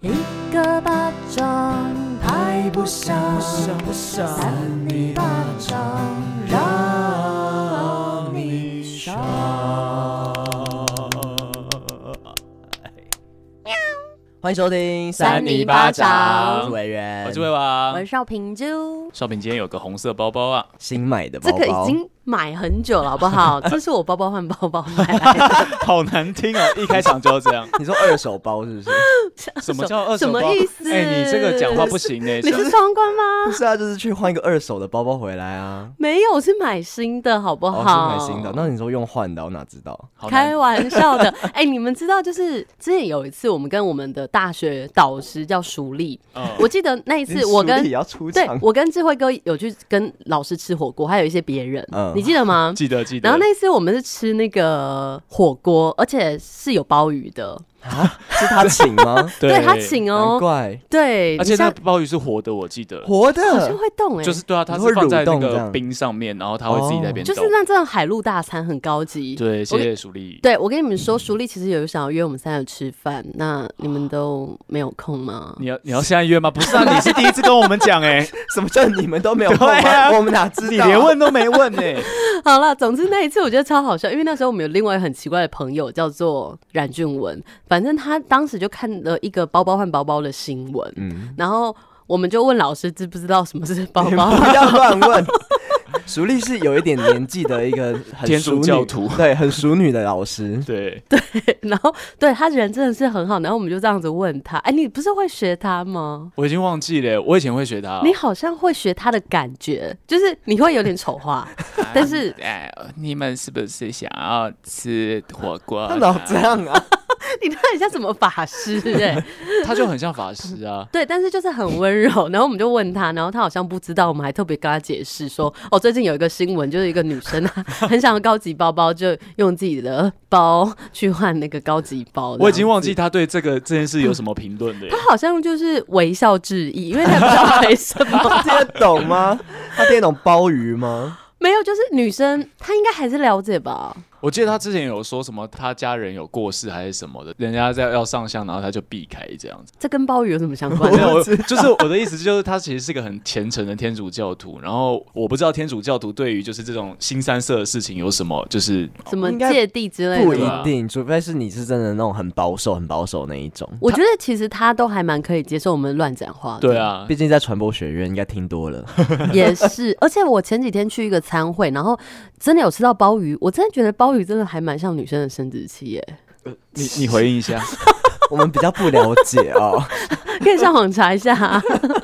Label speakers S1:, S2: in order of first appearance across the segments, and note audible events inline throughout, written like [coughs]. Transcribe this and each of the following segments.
S1: 一个巴掌拍不响，
S2: 不想
S1: 扇你巴掌让你爽。
S2: 哎欢迎收听
S1: 三
S2: 尼
S1: 尼
S2: 巴
S1: 巴
S2: 掌
S1: 掌
S2: 我是委员，
S3: 我是魏娃
S1: 我。是少平就
S3: 少平今天有个红色包包啊，
S2: 新买的包
S1: 这
S2: 包，
S1: 个已经买很久了，好不
S2: [laughs]
S1: 好？这是我包包换包包买来的，
S3: 好难
S1: [laughs]
S3: 听哦！一开场就要这样，
S2: 你说二手包是不是？
S3: 什么叫二
S1: 什
S3: 手包？
S1: 么意思？
S3: 哎、你这个讲话不行
S1: [laughs]
S3: 欸呢、
S1: 你
S3: 像
S1: 是双关吗
S2: 不？是啊，就是去换一个二手的包包回来啊。
S1: 没有，我是买新的，好不
S2: 哦，
S1: 好？
S2: 是买新的，那你说用换的，我哪知道？
S3: 好难
S1: 开玩笑的， [laughs] 哎、你们知道，就是之前有一次，我们跟我们的大学导师叫熟丽，
S3: 哦
S1: 我记得那一
S2: 嗯啊你
S1: 次
S2: 书
S1: 我
S2: 里
S1: 跟
S2: 也要出
S1: 对
S2: 场，
S1: 我跟智慧哥有去跟老师吃火锅，还有一些别人，
S2: 嗯
S1: 你记得吗？
S3: 记得记得。
S1: 然后那一次我们是吃那个火锅，而且是有鲍鱼的，
S2: 是他请吗？
S3: 对
S1: 他请
S2: [laughs] 难
S1: 哦，
S2: 怪
S1: 对，
S3: 而且
S1: 你
S3: 那
S1: 像
S3: 个鲍鱼是活的，我记得。
S2: 活
S1: 好像
S2: 的，
S1: 会动哎、
S3: 就是对啊，它
S2: 你会
S3: 是放在
S2: 蠕动
S3: 那
S2: 这
S3: 个
S2: 样
S3: 冰上面，然后它会自己在那
S1: 哦
S3: 边
S1: 就
S3: 动。
S1: 是那这种海陆大餐很高级，
S3: 对，嗯谢
S1: 我
S3: 谢鼠力。
S1: 对，我跟你们说，淑丽其实有想要约我们三个吃饭，那你们都没有空吗？
S3: 你要你要现在约吗？不是啊，你是第一次跟我们讲哎、
S2: 什么叫你们都没有碰
S3: 对啊
S2: 吗？我们哪知道？
S3: 你连问都没问哎、
S1: [laughs] 好了，总之那一次我觉得超好笑，因为那时候我们有另外一个很奇怪的朋友叫做冉俊文，反正他当时就看了一个包包换包包的新闻，
S2: 嗯，
S1: 然后我们就问老师知不知道什么是包
S2: 你
S3: [laughs]
S1: 包。
S2: 不哦要乱问。熟丽是有一点年纪的一个很
S3: 天主
S2: 淑女
S3: 教徒
S2: 对，很熟女的老师。
S3: 对，
S1: 然后对他人真的是很好，然后我们就这样子问他，哎，你不是会学他吗？
S3: 我已经忘记了、我以前会学它。
S1: 你好像会学他的感觉，就是你会有点丑化，但
S3: [laughs]
S1: 是
S3: 哎，你们是不是想要吃火锅
S2: 他老这样啊？
S1: 你到底像什么法师哎、
S2: [laughs]
S3: 他就很像法师啊。
S1: 对，但是就是很温柔。然后我们就问他，然后他好像不知道，我们还特别跟他解释说，哦，最近有一个新闻，就是一个女生啊，很想要高级包包，就用自己的包去换那个高级包。
S3: 我已
S1: 这
S3: 经
S1: 样
S3: 忘记他对这个这件事有什么评论的耶。
S1: 他好像就是微笑致意，因为他也不知道为什么。
S2: 他听得懂吗？
S3: [laughs]
S2: 他听得懂鲍鱼吗？
S1: 没有，就是女生，她应该还是了解吧。
S3: 我记得他之前有说什么，他家人有过世还是什么的，人家在要上香，然后他就避开这样子。
S1: 这跟鲍鱼有什么相关
S2: 我
S3: [laughs] 没
S1: 呢？
S3: 有，我
S2: 知
S3: 就是我的意思，就是他其实是个很虔诚的天主教徒。然后我不知道天主教徒对于就是这种新三色的事情有什么，就是
S1: 什么
S2: 应该
S1: 芥蒂之类
S2: 不
S1: 的
S2: 一
S1: 吗？
S2: 定，除非是你是真的那种很保守、很保守那一种。
S1: 我觉得其实她都还蛮可以接受我们乱讲话的。
S3: 对啊，
S2: 毕竟在传播学院应该听多了，
S1: [laughs]
S2: [laughs]
S1: 也是，而且我前几天去一个餐会，然后真的有吃到鲍鱼，我真的觉得鲍鱼真的还蛮像女生的生殖器耶，
S3: 你你回应
S2: [laughs]
S3: 一下，
S2: 我们比较不了解哦。
S1: 可以上网查一下、啊。
S2: [laughs]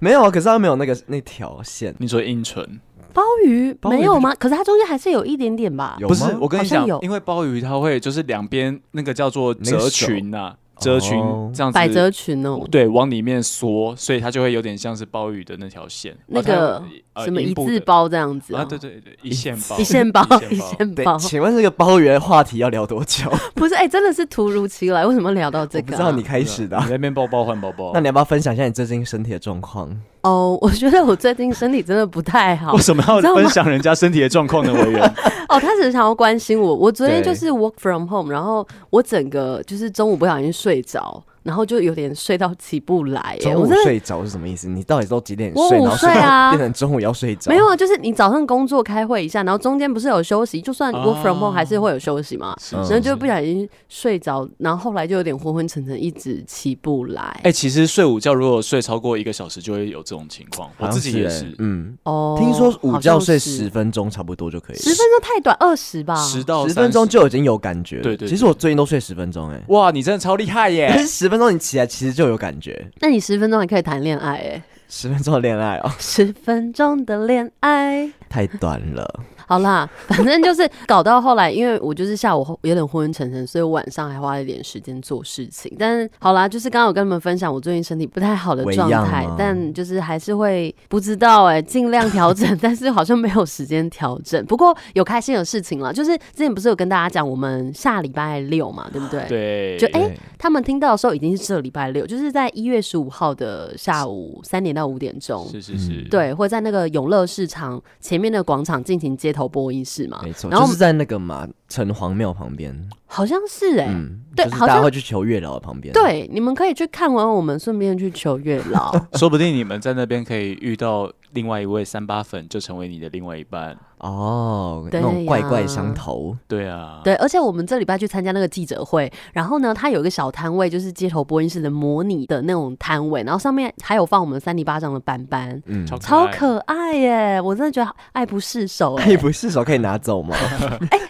S2: 没有啊，可是他没有那个那条线，
S3: 你说阴唇
S1: 鲍鱼
S2: 鲍鱼
S1: 没有吗？ [laughs] 可是它中间还是有一点点吧。
S2: 有
S3: 不是
S2: 吗？？
S3: 我跟你
S1: 好像
S3: 讲
S1: 有，
S3: 因为鲍鱼它会就是两边那个叫做
S2: 那个手
S3: 折裙呐、折裙
S2: 哦
S3: 这样子
S1: 百褶裙哦，
S3: 对，往里面缩，所以它就会有点像是鲍鱼的那条线，
S1: 那
S3: 而它有
S1: 个
S3: 呃
S1: 什么
S3: 阴
S1: 一
S3: 部
S1: 字
S3: 的
S1: 包这样子哦、
S3: 啊，对对对，一线包，
S1: 一线包，一
S3: 一线包。
S1: 线
S2: 对
S1: 包，， [laughs]
S2: 请问这个鲍鱼的话题要聊多久？
S1: 不是哎、真的是突如其来，为什么聊到这
S2: 我
S1: 个、啊？
S2: 不知道你开始的啊、
S3: 你嗯在那边包包换包包
S2: 那，你要不要分享一下你最近身体的状况？
S1: 哦我觉得我最近身体真的不太好
S3: [laughs] 为什么
S1: 你知道
S3: 要
S1: 吗
S3: 分享人家身体的状况呢？委员，
S1: 哦，他只是想要关心我。我昨天就
S2: 对
S1: 是 work from home，然后我整个就是中午不小心睡着，然后就有点睡到起不来、哎，
S2: 中
S1: 我
S2: 午
S1: 真的
S2: 睡着是什么意思？你到底都几点
S1: 我
S2: 睡？
S1: 午
S2: 然后睡
S1: 睡
S2: 到
S1: 啊
S2: [laughs] 变成中午要睡着？
S1: 没有，啊，就是你早上工作开会一下，然后中间不是有休息，就算
S3: 哦
S1: work from home 还是会有休息嘛，
S2: 嗯
S1: 然后就不小心睡着，然后后来就有点昏昏沉沉，一直起不来。
S3: [laughs] 哎，其实睡午觉如果睡超过一个小时，就会有这种情况。我
S2: 好像
S3: 自己也
S2: 欸
S3: 是，
S2: 嗯，
S1: 哦，
S2: 听说午
S1: 好
S2: 觉睡
S1: 像是
S2: 十分钟差不多就可以了，
S1: 十分钟太短，二哎嗯啊十吧。
S3: 十到
S2: 十分钟
S3: 30。
S2: 就已经有感觉了。
S3: 对对对
S2: 其实我最近都睡十分钟、哎，
S3: 哇，你真的超厉害
S2: 但
S3: 耶！
S2: 是 [laughs] 十分钟你起来其实就有感觉。
S1: 那你十分钟还可以谈恋爱、哎，
S2: 十分钟的恋爱哦，
S1: 十分钟的恋爱。
S2: 太短
S3: [laughs]
S2: 了。
S1: 好啦，反正就是搞到后来，因为我就是下午有点昏昏沉沉，所以我晚上还花了一点时间做事情。但是好啦，就是刚刚有跟你们分享我最近身体不太好的状
S2: 微恙
S1: 态
S2: 吗，
S1: 但就是还是会不知道哎、尽量调整， [laughs] 但是好像没有时间调整。不过有开心的事情啦，就是之前不是有跟大家讲，我们下礼拜六嘛，对不对？。
S3: 对，
S1: 就哎、
S2: 对
S1: 他们听到的时候已经是这礼拜六，就是在一月十五号的下午三点到五点钟，
S3: 是是是，
S2: 嗯，
S1: 对，会在那个永乐市场前面的广场进行街头播音室嘛。
S2: 没错，
S1: 然后
S2: 就是在那个嘛，城隍庙旁边，
S1: 好像是哎、
S2: 嗯，
S1: 对
S2: 就是
S1: 好
S2: 大家
S1: 像
S2: 会去求月老的旁边，，
S1: 对，你们可以去看完，我们顺便去求月老。 [laughs]
S3: 说不定你们在那边可以遇到另外一位三八粉，就成为你的另外一半。
S2: 哦，
S1: 对
S2: 那种怪怪
S1: 呀
S2: 相投，
S3: 对啊，
S1: 对，而且我们这礼拜去参加那个记者会，然后呢，它有一个小摊位，就是街头播音室的模拟的那种摊位，然后上面还有放我们三里巴掌的板板，
S2: 嗯，
S3: 超
S1: 超
S3: 爱
S1: 可爱耶！我真的觉得爱不释手 [laughs] 哎、
S2: 你不是手可以拿走吗？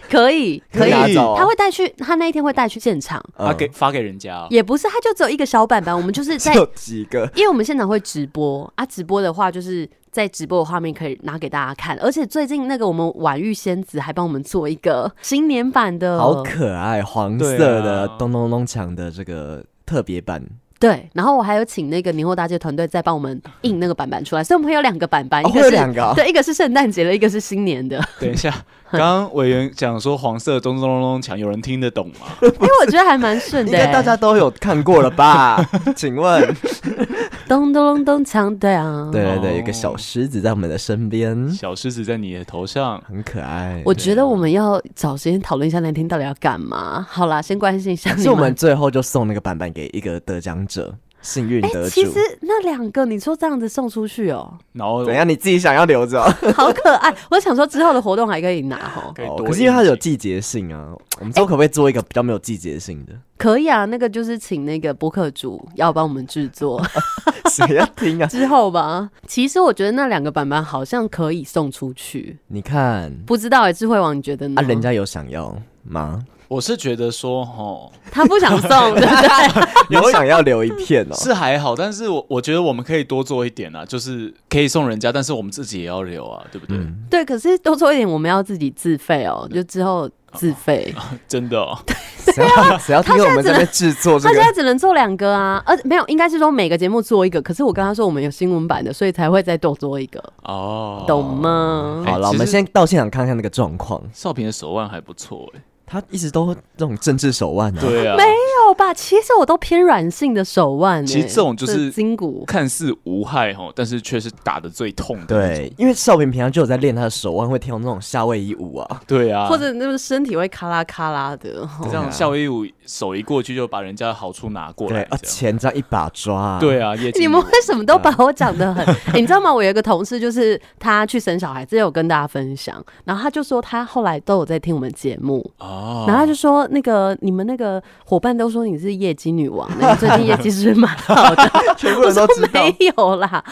S1: 可以可
S3: 可
S1: 以
S3: 以，
S2: 拿走，哦
S1: 他会带去，他那一天会带去现场，
S2: 嗯
S3: 啊，给发给人家哦、
S1: 也不是，他就只有一个小板板，我们 [laughs] 就是在
S2: 只有几个，
S1: 因为我们现场会直播啊，直播的话就是在直播的画面可以拿给大家看，而且最近那个我们婉玉仙子还帮我们做一个新年版的，
S2: 好可爱，黄色的
S3: 对啊
S2: 咚咚咚锵的这个特别版，
S1: 对，然后我还有请那个年后大街团队再帮我们印那个板板出来，所以我们会有两个板板，
S2: 哦
S1: 一个
S2: 会有
S1: 哎是
S2: 两个啊
S1: 对，一个是圣诞节的，一个是新年
S2: [laughs]
S1: 的，
S3: [laughs] 等一下，刚刚委员讲说黄色咚咚咚咚锵，有人听得懂吗？
S1: 因哎为我觉得还蛮顺
S2: 应
S1: 的欸、
S2: 该大家都有看过了吧？请问，
S1: 咚咚咚咚锵，对啊，
S2: 对对
S3: 哦
S2: 对，有个小狮子在我们的身边，
S3: 小狮子在你的头上，
S2: 很可爱。
S1: 我觉得我们要找时间讨论一下那天到底要干嘛。好啦，先关心一下
S2: 可
S1: 你
S2: 是我们最后就送那个板板给一个得奖者，幸运
S1: 哎、
S2: 得
S1: 其
S2: 主。
S1: 实那两个你说这样子送出去哦、
S3: 然后
S2: 怎样？你自己想要留着哦？
S1: 好可爱。我想说之后的活动还可以拿哦。
S3: 可以
S2: 哦
S3: 多
S2: 可是因为它
S3: 应
S2: 有
S3: 景
S2: 季节性啊，我们之后可不可以做一个比较没有季节性的？
S1: 可以啊，那个就是请那个播客主要帮我们制
S2: [laughs]
S1: 作
S2: 谁要听啊？
S1: 之后吧。其实我觉得那两个版板好像可以送出去，
S2: 你看
S1: 不知道哎、智慧王你觉得呢？
S2: 啊，人家有想要吗？
S3: 我是觉得说，吼，
S1: 他不想送，
S2: [laughs]
S1: 对不对？
S2: 有想要留一片哦。
S3: 是还好，但是我我觉得我们可以多做一点啊，就是可以送人家，但是我们自己也要留啊，对不对？
S2: 嗯，
S1: 对，可是多做一点，我们要自己自费哦、就之后自费。
S3: 真的、哦，
S2: [laughs] 谁
S1: 啊
S2: 要谁要听我们这边制作这
S1: 他现
S2: 个
S1: 在？只能做两个啊，呃，没有，应该是说每个节目做一个。可是我跟他说我们有新闻版的，所以才会再多做一个，
S3: 哦，
S1: 懂吗？
S2: 好了，
S3: 哎
S2: 我
S3: 其实
S2: 们先到现场看看那个状况。
S3: 少平的手腕还不错哎、
S2: 他一直都这种政治手腕啊。
S3: 对啊，
S1: 没有吧？其实我都偏软性的手腕、欸，
S3: 其实这种就是
S1: 筋骨。
S3: 看似无害吼，但是却是打的最痛的那种。
S2: 对，因为少平平常就有在练他的手腕，会跳那种夏威夷舞啊。
S3: 对啊，
S1: 或者那个身体会咔啦咔啦的，
S3: 这样夏威夷舞手一过去就把人家的好处拿过
S2: 对
S3: 来，
S2: 啊，
S3: 这样
S2: 钱这样一把抓、啊。
S3: 对啊，业
S1: 哎
S3: 绩
S1: 你们为什么都把我讲得
S2: [laughs]
S1: 很、欸你知道吗？我有一个同事，就是他去生小孩，之前有跟大家分享，然后他就说他后来都有在听我们节目，
S3: 哦，
S1: 然后他就说那个你们那个伙伴都说你是业绩女王，那你最近业绩是不是蛮好的？
S2: [laughs]
S1: [laughs]
S2: 全部
S1: 我
S2: 人
S1: 说
S2: 都知道 [laughs]
S1: 没。有啦，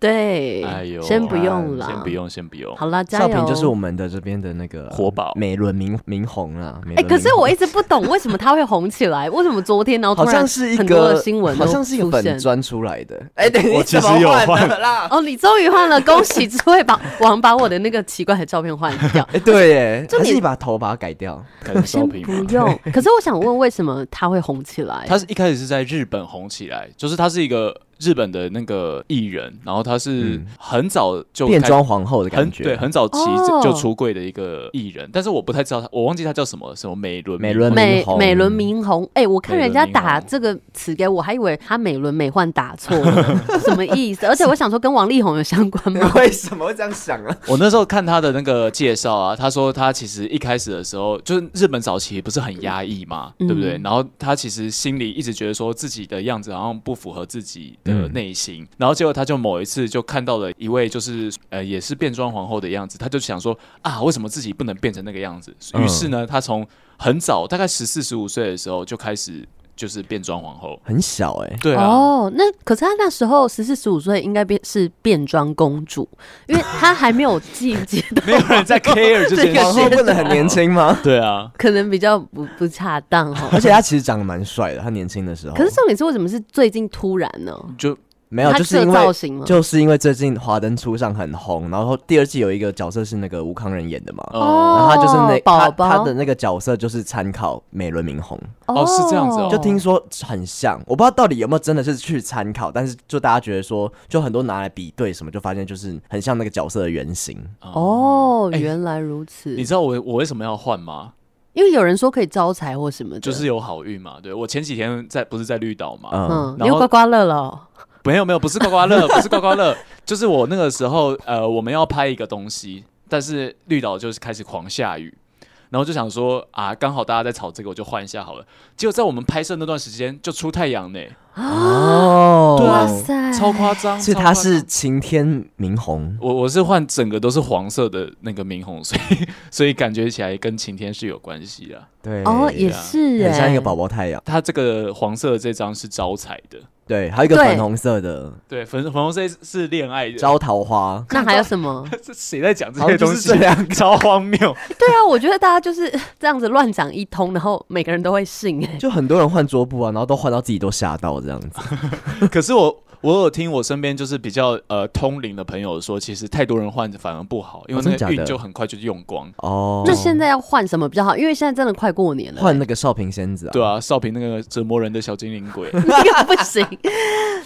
S1: 对，
S3: 哎呦，哎
S1: 先不用
S2: 哎
S1: 啦，
S3: 先不。用，先不用。
S1: 好啦，加
S2: 少
S1: 油。
S2: 平就是我们的这边的那个
S3: 活宝
S2: 美轮明明红啊。美
S1: 哎、
S2: 轮
S1: 可是
S2: 明宏
S1: 我一直不懂为什么他会红起来，为什么昨天然后
S2: 好
S1: 突然
S2: 像是一
S1: 很多
S2: 个
S1: 的新闻
S2: 好
S1: 都
S2: 像是一个
S1: 出
S2: 粉
S1: 现
S2: 砖出来的。哎，等
S3: 我
S2: 你
S3: 其
S2: 怎么
S3: 实有
S2: 换
S3: 换
S2: 的啦。。
S1: [laughs] 哦，你终于换了，恭喜！只会把王把我的那个奇怪的照片换 [laughs] 掉
S2: 哎，对耶，
S1: 重
S2: 还
S1: 点
S2: 是你把头把它改掉。
S3: 感觉
S1: 先
S3: 少平
S1: 不
S3: 嘛
S1: [laughs] 用，可是我想问，为什么他会红起来？
S3: 他是一开始是在日本红起来，就是他是一个日本的那个艺人，然后他是
S2: 嗯
S3: 很早就
S2: 变
S3: 开
S2: 装皇后的
S3: 很
S2: 感觉。
S3: 对，很早期
S1: 哦
S3: 就出柜的一个艺人，但是我不太知道他，我忘记他叫什么，什么美轮
S2: 美轮
S1: 美
S2: 明宏？
S1: 美轮明宏，哎、我看人家
S3: 美轮
S1: 打
S3: 明宏
S1: 这个词给我，还以为他美轮美奂打错 [laughs] 了，什么意思？而且我想说，跟王力宏有相关吗
S2: [laughs] 为什么会这样想啊？
S3: [laughs] 我那时候看他的那个介绍啊，他说他其实一开始的时候，就是日本早期不是很压抑嘛，
S1: 嗯
S3: 对不对？然后他其实心里一直觉得说自己的样子好像不符合自己
S2: 嗯
S3: 的内心，然后结果他就某一次就看到了一位就是呃也是变装皇后的样子，他就想说啊，为什么自己不能变成那个样子？
S2: 嗯
S3: 于是呢，他从很早大概十四十五岁的时候就开始就是变装皇后，
S2: 很小哎，
S3: 对啊。，
S1: 哦，那可是他那时候十四十五岁，应该变是变装公主，因为他还没有进阶到
S3: 没有人
S2: [laughs]
S3: 在 care 这
S1: 这
S3: 件
S1: 个
S2: 皇后
S1: 是
S3: 事，
S2: 不能很年轻吗？
S3: 对啊，
S1: 可能比较不不恰当 [laughs] 哈。
S2: [laughs] 而且他其实长得蛮帅的，他年轻的时候。
S1: 可是重点是为什么是最近突然呢？
S3: 就
S2: 没有，
S1: 他
S2: 就是因
S1: 这
S2: 为
S1: 造型吗
S2: 就是因为最近《华灯初上》很红，然后第二季有一个角色是那个吴康仁演的嘛，
S3: 哦
S2: 然后他就是那
S1: 宝
S2: 他他
S1: 宝
S2: 的那个角色就是参考美轮明宏，
S3: 哦是这样子哦
S2: 就听说很像，我不知道到底有没有真的是去参考，但是就大家觉得说，就很多拿来比对什么，就发现就是很像那个角色的原型。
S1: 哦，
S3: 嗯哎
S1: 原来如此。
S3: 你知道我我为什么要换吗？
S1: 因为有人说可以招财或什么的，
S3: 就是有好运嘛。对我前几天在不是在绿岛嘛，
S2: 嗯，
S1: 嗯，
S3: 然后
S1: 你有刮刮乐了哦，
S3: 没有没有，不是刮
S2: [laughs]
S3: 刮乐，不是刮刮乐，就是我那个时候呃，我们要拍一个东西，但是绿岛就是开始狂下雨，然后就想说啊，刚好大家在吵这个，我就换一下好了。结果在我们拍摄那段时间就出太阳呢、
S2: 哦，
S3: 对啊
S1: 哇塞，
S3: 超夸张。
S2: 所以
S3: 超
S2: 他
S3: 夸张
S2: 是晴天明红，
S3: 我我是换整个都是黄色的那个明红，所以 [laughs] 所以感觉起来跟晴天是有关系啊。
S2: 对
S1: 哦，也是哎，
S2: 很像一个宝宝太阳。
S3: 它这个黄色的这张是招财的，
S2: 对，还有一个
S1: 对
S2: 粉红色的
S3: 对，粉粉红色是恋爱 [laughs] 的。
S2: 招桃花，
S1: 那还有什么？
S3: [laughs] 这谁在讲这
S2: 好
S3: 些
S2: 像就
S3: 东
S2: 是
S3: 西
S2: 这？两个，
S3: [laughs] 超荒
S2: [laughs]
S3: 谬！
S1: 对啊，我觉得大家就是 [laughs] 这样子乱讲一通，然后每个人都会信哎。
S2: 就很多人换桌布啊，然后都换到自己都吓到这样
S1: [laughs]
S2: 子。
S3: 可是我我有听我身边就是比较呃通灵的朋友说，其实太多人换反而不好，因为
S2: 哦真
S3: 那
S2: 的假
S3: 个
S2: 的
S3: 运就很快就用光。
S2: 哦，
S1: 那现在要换什么比较好？因为现在真的快过年了，
S2: 换那个少平仙子啊，
S3: 对啊，少平那个折磨人的小精灵
S2: [laughs]
S3: 鬼，
S1: 那个不行。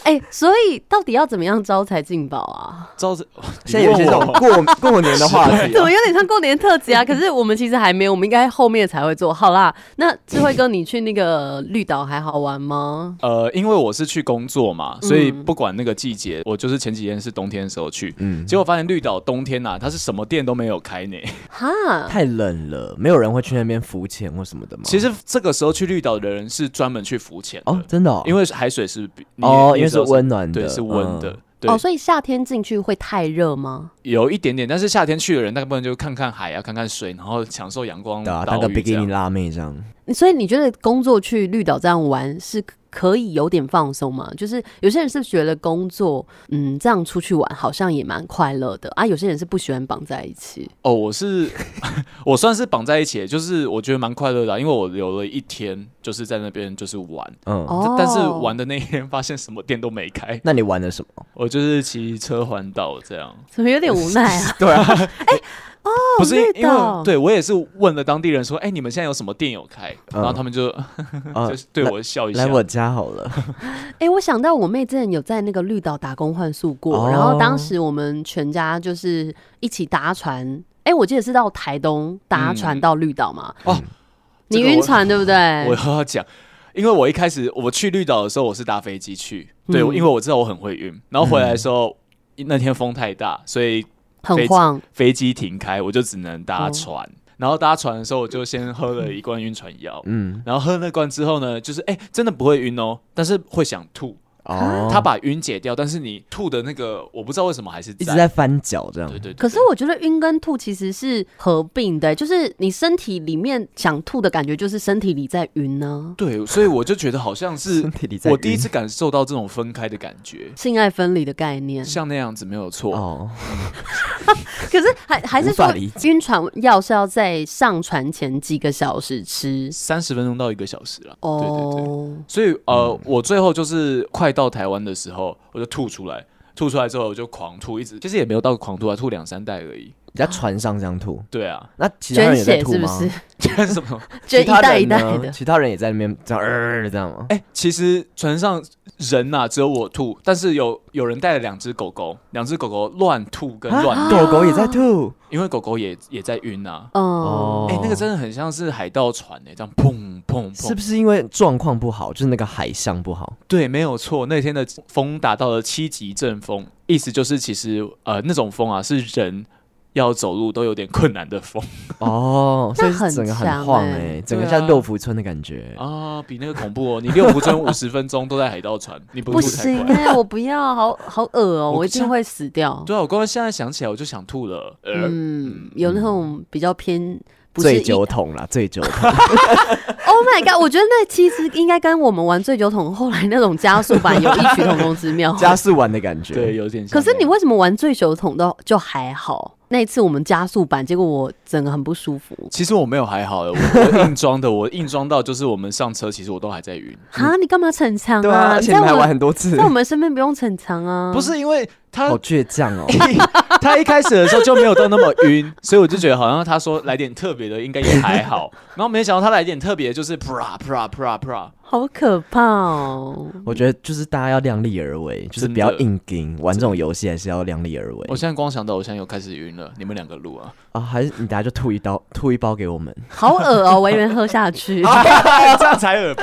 S1: 哎、所以到底要怎么样招财进宝啊？
S3: 招是
S2: [laughs] 现在有一些这种过过年的话
S3: [laughs]
S2: 题啊
S1: 怎
S3: 啊
S1: 么有点像过年特辑啊？可是我们其实还没有，我们应该后面才会做。好啦，那智慧哥，你去那个绿岛还好玩吗？
S3: 呃，因为我是去工作嘛，所以
S1: 嗯
S3: 不管那个季节，我就是前几天是冬天的时候去，
S2: 嗯，哦
S3: 结果发现绿岛冬天呐、啊它是什么店都没有开呢。
S1: 哈，
S2: 太冷了，没有人会去那边浮潜或什么的吗？
S3: 其实这个时候去绿岛的人是专门去浮潜的，
S2: 哦，真的哦，
S3: 因为海水是比你也
S2: 哦，因
S3: 你也
S2: 为
S3: 知
S2: 是
S3: 道
S2: 温暖的，
S3: 对，是温的。
S2: 嗯。
S3: 对
S1: 哦，，所以夏天进去会太热吗？
S3: 有一点点，但是夏天去的人大部分就看看海啊，看看水，然后享受阳光、
S2: 对啊，
S3: 岛
S2: 当个
S3: 屿
S2: 比
S3: 这
S2: 基尼
S3: 样。
S2: 辣妹这样，
S1: 所以你觉得工作去绿岛这样玩是可以有点放松吗？就是有些人是觉得工作，嗯，这样出去玩好像也蛮快乐的啊，有些人是不喜欢绑在一起。
S3: 哦，我是我算是绑在一起，就是我觉得蛮快乐的啊、因为我留了一天，就是在那边就是玩。
S2: 嗯，
S1: 哦
S3: 但但是玩的那一天，发现什么店都没开，
S2: 那你玩了什么？
S3: 我就是骑车环岛这样。
S1: 怎么有点无奈啊？
S2: 对啊，
S3: 不是因
S1: 绿
S3: 因
S1: 岛
S3: 为对我也是问了当地人说，哎、你们现在有什么店有开？然后他们就、
S2: 啊
S3: [laughs] 就是对我笑一
S2: 嗯
S3: 下。
S2: 来我家好了，
S1: [laughs] 哎、我想到我妹之前有在那个绿岛打工换宿过，
S2: 哦
S1: 然后当时我们全家就是一起搭船。哎、我记得是到台东搭船
S3: 嗯
S1: 到绿岛嘛。
S3: 哦
S1: 你
S3: 这个我
S1: 晕船对不对？
S3: 我要讲，因为我一开始我去绿岛的时候，我是搭飞机去，对，
S1: 嗯
S3: 因为我知道我很会晕。然后回来
S2: 嗯
S3: 的时候，那天风太大，所以
S1: 很晃，
S3: 飞机停开，我就只能搭
S2: 哦
S3: 船。然后搭船的时候，我就先喝了一罐晕船药。
S2: 嗯，
S3: 然后喝那罐之后呢，就是哎、真的不会晕哦，但是会想吐。
S1: 啊
S2: 哦，
S3: 它把晕解掉，但是你吐的那个，我不知道为什么还是
S2: 一直在翻脚这样
S3: 对，对对。
S1: 可是
S3: 对
S1: 我觉得晕跟吐其实是合并的、就是你身体里面想吐的感觉，就是身体里在晕呢、
S3: 对，所以我就觉得好像
S2: [laughs]
S3: 是
S2: 身体里在
S3: 我第一
S2: 晕
S3: 次感受到这种分开的感觉，
S1: 性爱分离的概念。
S3: 像那样子没有错。
S2: 哦，
S1: 可是还还是
S2: 无法
S1: 说
S2: 理解
S1: 晕船药是要在上船前几个小时吃
S3: 三十分钟到一个小时了。对对对。
S1: 哦。
S3: 所以呃，我最后就是快到台湾的时候，我就吐出来，吐出来之后我就狂吐，一直其实也没有到狂吐啊，吐两三袋而已。
S2: 在船上这样吐，
S3: 对啊，
S2: 那其他
S1: 捐
S2: 人也在
S1: 血
S2: 吐
S1: 是不
S2: 吗？
S1: 是？
S3: 什么？
S1: 捐
S2: 其
S1: 一
S2: 他
S1: 袋一
S2: 人
S1: 袋
S2: 呢？
S1: 的，
S2: 其他人也在那边这样，呃这样吗？
S3: 哎、其实船上人呐、只有我吐，但是有有人带了两只狗狗，两只狗狗乱吐跟乱
S2: 啊
S3: 尿，
S2: 狗狗也在吐，
S3: 因为狗狗也也在晕呐、啊。
S1: 嗯
S2: 哦，
S3: 哎、那个真的很像是海盗船哎、这样砰砰砰，
S2: 是不是因为状况不好，就是那个海象不好？
S3: 对，没有错。那天的风达到了七级阵风，意思就是其实呃那种风啊是人要走路都有点困难的风
S2: 哦，
S1: 那
S2: 所以是整个
S1: 很强
S2: 很晃
S1: 欸
S2: 哎、整个
S3: 对
S2: 像
S3: 啊
S2: 六福村的感觉。
S3: 啊，比那个恐怖哦。你六福村五十分钟都在海盗船， [laughs] 你不
S1: 不
S3: 吐才
S1: 行
S3: 怪。
S1: 哎、我不要，好好恶哦、
S3: 我
S1: 我一定会死掉。
S3: 对啊，我刚刚现在想起来我就想吐了。呃，
S1: 嗯，有那种比较偏不是
S2: 醉
S1: 一
S2: 酒桶啦，醉酒桶，
S1: Oh my god！我觉得那其实应该跟我们玩醉酒桶后来那种加速版有异曲同工之妙。
S2: [laughs] 加速玩的感觉。
S3: 对，，有点像
S1: 可
S3: 那样。
S1: 是你为什么玩醉酒桶都就还好？那一次我们加速版，结果我整个很不舒服。
S2: 嗯
S3: 其实我没有还好，我我硬装的，我硬装到就是我们上车，其实我都还在晕。
S1: 哈，你干嘛逞强
S2: 对啊，而
S1: 你
S2: 且
S1: 在
S2: 你们还
S1: 我们
S2: 玩很多次
S1: 在，我们身边不用逞强啊。
S3: 不，是因为他
S2: 好倔强哦。
S3: 他一开始的时候就没有到那么晕，所以我就觉得好像他说来点特别的应该也还好，然后没想到他来点特别的就是 pra pra pra pra，
S1: 好可怕哦！
S2: 我觉得就是大家要量力而为，就是
S3: 真
S2: 不要
S3: 的
S2: 硬盯，玩这种游戏还是要量力而为
S3: 我。现在光想到我现在又开始晕了，你们两个录 [laughs] 啊，
S2: 啊，还是你等下就吐一刀，吐一包给我们。
S1: 好恶哦，维园喝下去。
S3: 这样才耳吧？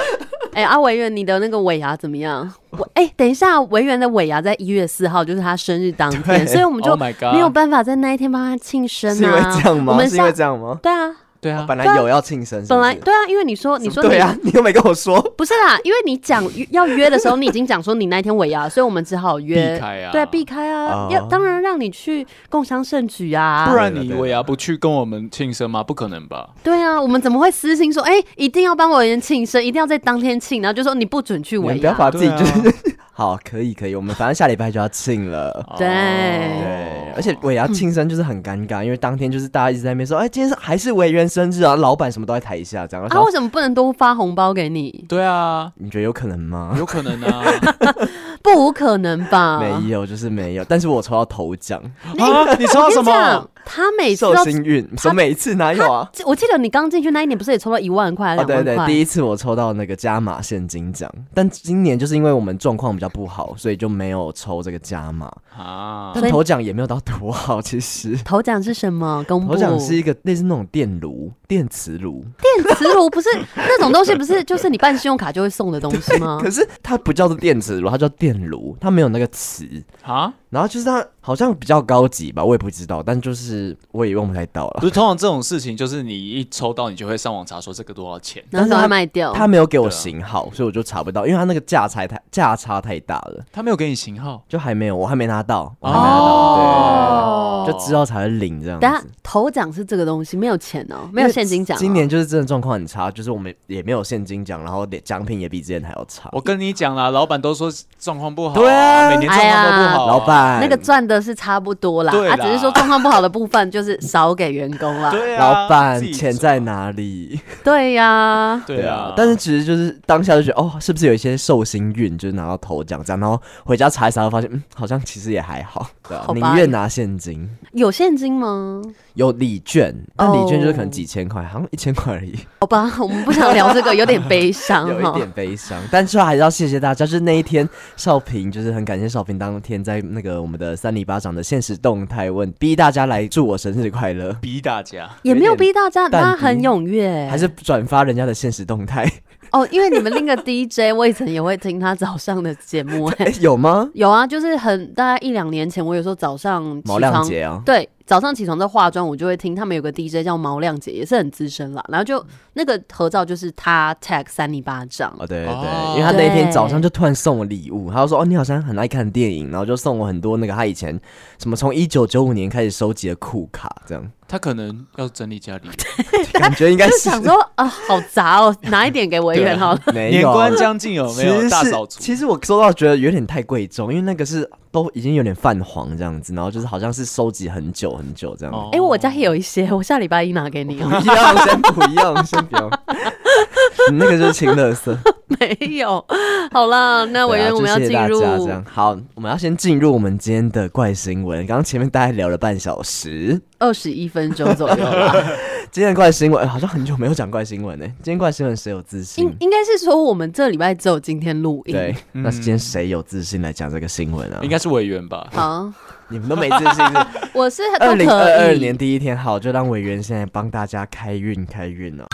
S1: 哎、阿维园，你的那个尾牙怎么
S2: [laughs]
S1: 样？我哎、等一下，维园的尾牙在一月四号，就是他生日当天，
S2: 对
S1: 所以我们就
S3: Oh my God
S1: 没有办法在那一天帮他庆生
S2: 是因为
S1: 啊。
S2: 这样
S1: 我
S2: 吗？
S1: 们
S2: 是因为
S1: 下
S2: 这样吗？
S1: 对啊，
S3: 对啊，
S2: 本来有要庆生是不是，
S1: 本来对啊，因为你说你说你
S2: 对啊，你又没跟我说，
S1: 不是啦，因为你讲要约的时候，你已经讲说你那天尾牙，所以我们只好约
S3: 避开啊
S1: 对，避开啊，
S2: 哦
S1: 要当然让你去共襄盛举
S3: 不
S1: 啊，
S3: 然
S2: 对
S3: 你
S2: 了
S3: 尾
S2: 对
S3: 牙不去跟我们庆生吗？不可能吧？
S1: 对啊，我们怎么会私心说，哎、一定要帮我人庆生，一定要在当天庆，然后就说你不准去
S2: 你
S1: 尾
S2: 们不要
S1: 牙，
S2: 把自己
S3: 对啊
S2: 就是好，可以可以，我们反正下礼拜就要庆了。
S1: 对
S2: 对，而且尾牙庆生就是很尴尬，因为当天就是大家一直在那边说，哎，今天是还是委员生日啊，老板什么都在台下这样。然
S1: 啊，
S2: 后
S1: 为什么不能多发红包给你？
S3: 对啊，
S2: 你觉得有可能吗？
S3: 有可能 [laughs] 啊
S1: 不无可能吧？
S2: 没有，就是没有。但是我抽到头奖，
S3: 啊！你抽
S1: 我
S3: 到
S1: 跟
S3: 什
S1: 你
S3: 么？
S1: 讲，他每次
S2: 寿
S1: 都
S2: 星运，什么每一次哪有啊？
S1: 我记得你刚进去那一年，不是也抽到一万块、
S2: 哦，
S1: 两
S2: 对
S1: 万
S2: 对，
S1: 块？
S2: 第一次我抽到那个加码现金奖，但今年就是因为我们状况比较不好，所以就没有抽这个加码。
S3: 啊，
S1: 所
S2: 但
S1: 以
S2: 头奖也没有到多好，其实。
S1: 头奖是什么？公布
S2: 头奖是一个类似那种电炉、电磁炉，
S1: 电磁炉，不是那种东西，不是就是你办信用卡就会送的东西吗
S2: [laughs] 可？是它不叫做电磁炉，它叫电炉，它没有那个磁。
S3: 啊，
S2: 然后就是它好像比较高级吧，我也不知道，但就是我也用不太到了
S3: 不。是通常这种事情，就是你一抽到，你就会上网查说这个多少钱。
S1: 然后
S2: 但是
S1: 赶快
S2: 他
S1: 卖掉。
S2: 它没有给我型号，所以我就查不到，因为它那个价差太价差太大了，
S3: 他没有给你型号，
S2: 就还没有，我还没拿到，我还没拿到，
S1: 哦
S2: 对，就知道才会领这样
S1: 等下
S2: 子。
S1: 头奖是这个东西，没有钱哦、没有现金奖哦、
S2: 今年就是真的状况很差，就是我们也没有现金奖，然后连奖品也比之前还要差。
S3: 我跟你讲啦，老板都说状况不好、
S2: 对啊哎
S3: 每年状况都不好、啊
S2: 老，板，
S1: 那个赚的是差不多啦，
S3: 对啦
S1: 啊，只是说状况不好的部分就是少给员工啦。
S3: 对啊，
S2: 老板
S3: 自己
S2: 钱
S3: 做
S2: 在？哪里？
S1: 对呀、
S3: 对啊，
S2: 但是其实就是当下就觉得，哦，是不是有一些寿星运，就是拿到头奖这样，然后回家查一查，发现嗯，好像其实也还好，对啊
S1: 好，吧
S2: 宁愿拿现金。
S1: 有现金吗？
S2: 有礼券，但礼券就是可
S1: 哦
S2: 能几千块，好像一千块
S1: [laughs]
S2: 而已，
S1: 好吧，我们不想聊这个，有点悲伤
S2: [laughs] 有一
S1: 哈。
S2: 点悲伤。但是还是要谢谢大家，就是那一天少平，就是很感谢少平当天在那个我们的三里巴掌的现实动态问，逼大家来祝我生日快乐，
S3: 逼大家。
S1: 也没有逼大家，
S2: 淡
S1: 大家
S2: 定
S1: 很踊跃，
S2: 还是转发人家的现实
S1: [laughs]
S2: 动态，
S1: 哦，因为你们另一个 DJ，我以 [laughs] 前也会听他早上的节目、
S2: [laughs]
S1: 哎，
S2: 哎，有吗？
S1: 有啊，就是很大概一两年前，我有时候早上起
S2: 毛亮
S1: 床，
S2: 姐啊，
S1: 对，早上起床在化妆，我就会听他们有个 DJ 叫毛亮姐，也是很资深啦。然后就那个合照就是他 tag 三里巴
S2: [laughs]
S1: 掌，
S2: 哦，对对
S3: 哦
S2: 对，因为他那一天
S1: 对
S2: 早上就突然送我礼物，他就说：“哦，你好像很爱看电影。”然后就送我很多那个他以前什么从一九九五年开始收集的酷卡，这
S1: [laughs]
S2: 样
S3: 他可能要整理家里，
S2: 感觉应该
S1: 就是想说啊，好杂哦，拿一点给维
S2: 啊
S1: 园好了。
S2: [laughs] 没
S3: 年
S2: 有啊
S3: 关将近有没
S2: 其
S3: 有
S2: 实
S3: 大
S2: 是
S3: 扫除？
S2: 其实我收到觉得有点太贵重，因为那个是都已经有点泛黄这样子，然后就是好像是收集很久很久这样。
S3: 哦
S1: 哎、我家也有一些，我下礼拜一拿给你哦。
S2: [laughs] 不要，先不要，先不要。 [laughs] 你那个就是清乐
S1: [laughs]
S2: 色，
S1: 没有，好啦，那
S2: 对
S1: 维园
S2: 啊
S1: 我
S2: 就
S1: 们要
S2: 谢谢
S1: 进
S2: 大
S1: 入
S2: 家这样好，我们要先进入我们今天的怪新闻。刚刚前面大概聊了半小时，
S1: 二十一分钟左右啦。
S2: 今天的怪新闻、哎好像很久没有讲怪新闻呢、今天怪新闻谁有自信
S1: 应？应该是说我们这礼拜只有今天录音。
S2: 嗯对，那是今天谁有自信来讲这个新闻啊？
S3: 应该是委员
S2: [laughs]
S3: 吧？
S1: 好，
S2: 你们都
S1: [laughs]
S2: 没自信是
S1: 我是都
S2: [laughs] 二零
S1: 可
S2: 二二
S1: 以
S2: 年第一天，好，就让委员现在帮大家开运开运哦了、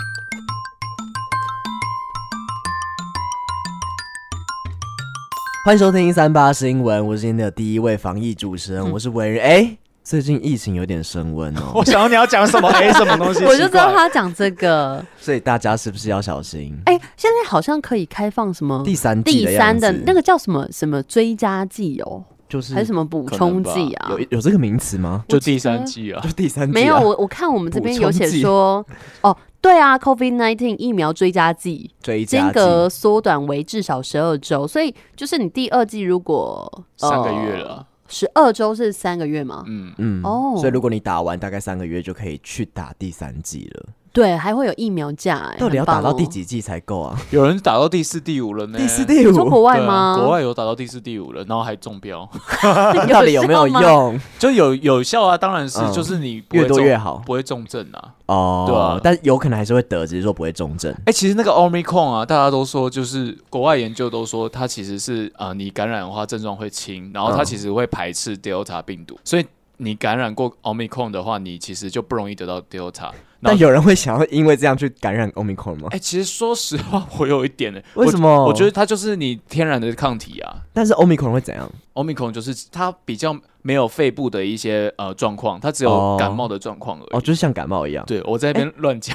S2: 欢迎收听三八新闻，我是今天的第一位防疫主持
S1: 嗯
S2: 人，我是委员。哎、最近疫情有点升温哦
S3: 我， [laughs] 想要你要讲什么？哎，什么东西？
S1: [laughs] 我就知道
S3: 奇怪
S1: 他讲这个。
S2: 所以大家是不是要小心？
S1: 哎、现在好像可以开放什么
S2: 第三季
S1: 第三的
S2: 样子
S1: 那个叫什么什么追加剂哦，
S2: 就是
S1: 还是什么补充剂啊？
S2: 有有这个名词吗？
S3: 就第三季啊
S1: 嗯
S2: 就。第三季、啊、
S1: 没有，我我看我们这边有写
S2: 补充剂
S1: 说，哦，对啊，COVID nineteen 疫苗追加剂
S2: 追加
S1: 间
S2: 剂
S1: 隔缩短为至少十二周，所以就是你第二季如果呃
S3: 三个月
S2: 哦
S3: 了，
S1: 十二周是三个月吗？
S3: 嗯，
S2: 嗯
S1: 哦
S2: 所以如果你打完大概三个月就可以去打第三季了。
S1: 对，还会有疫苗价、哎
S2: 到底要打到第？
S1: 很棒哦
S2: 几季才够
S3: [laughs]
S2: 啊？
S3: 有人打到第四、第五了呢。
S2: 第四、第
S1: [laughs] 你说国
S2: 五，
S1: 外
S3: 对啊
S1: 吗？
S3: 国
S1: [laughs]
S3: 外有打到第四、第五了，然后还中标，
S2: [laughs]
S3: [laughs]
S2: 到底有没有
S1: 效吗？ [laughs]
S2: 用？
S3: 就有有效啊，当然是，
S2: 嗯
S3: 就是你不会
S2: 越多
S3: 中
S2: 越好
S3: 不会重症啊。
S2: 哦。
S3: 对啊
S2: 但有可能还是会得，只是说不会重症。
S3: 哎、其实那个 Omicron 啊，大家都说就是国外研究都说它其实是呃，你感染的话症状会轻，然后它
S2: 嗯
S3: 其实会排斥 Delta 病毒，所以你感染过 Omicron 的话，你其实就不容易得到 Delta。然
S2: 但
S3: 后
S2: 有人会想要因为这样去感染 Omicron 吗
S3: 哎、？其实说实话，我有一点呢、
S2: 为什么
S3: 我？我觉得它就是你天然的抗体啊。
S2: 但是 Omicron 会怎样？
S3: Omicron 就是它比较没有肺部的一些呃状况，它只
S2: 哦
S3: 有感冒的状况而已。
S2: 哦，就是哎像感冒一样。
S3: 对，我在那边
S2: [laughs]
S3: 乱讲，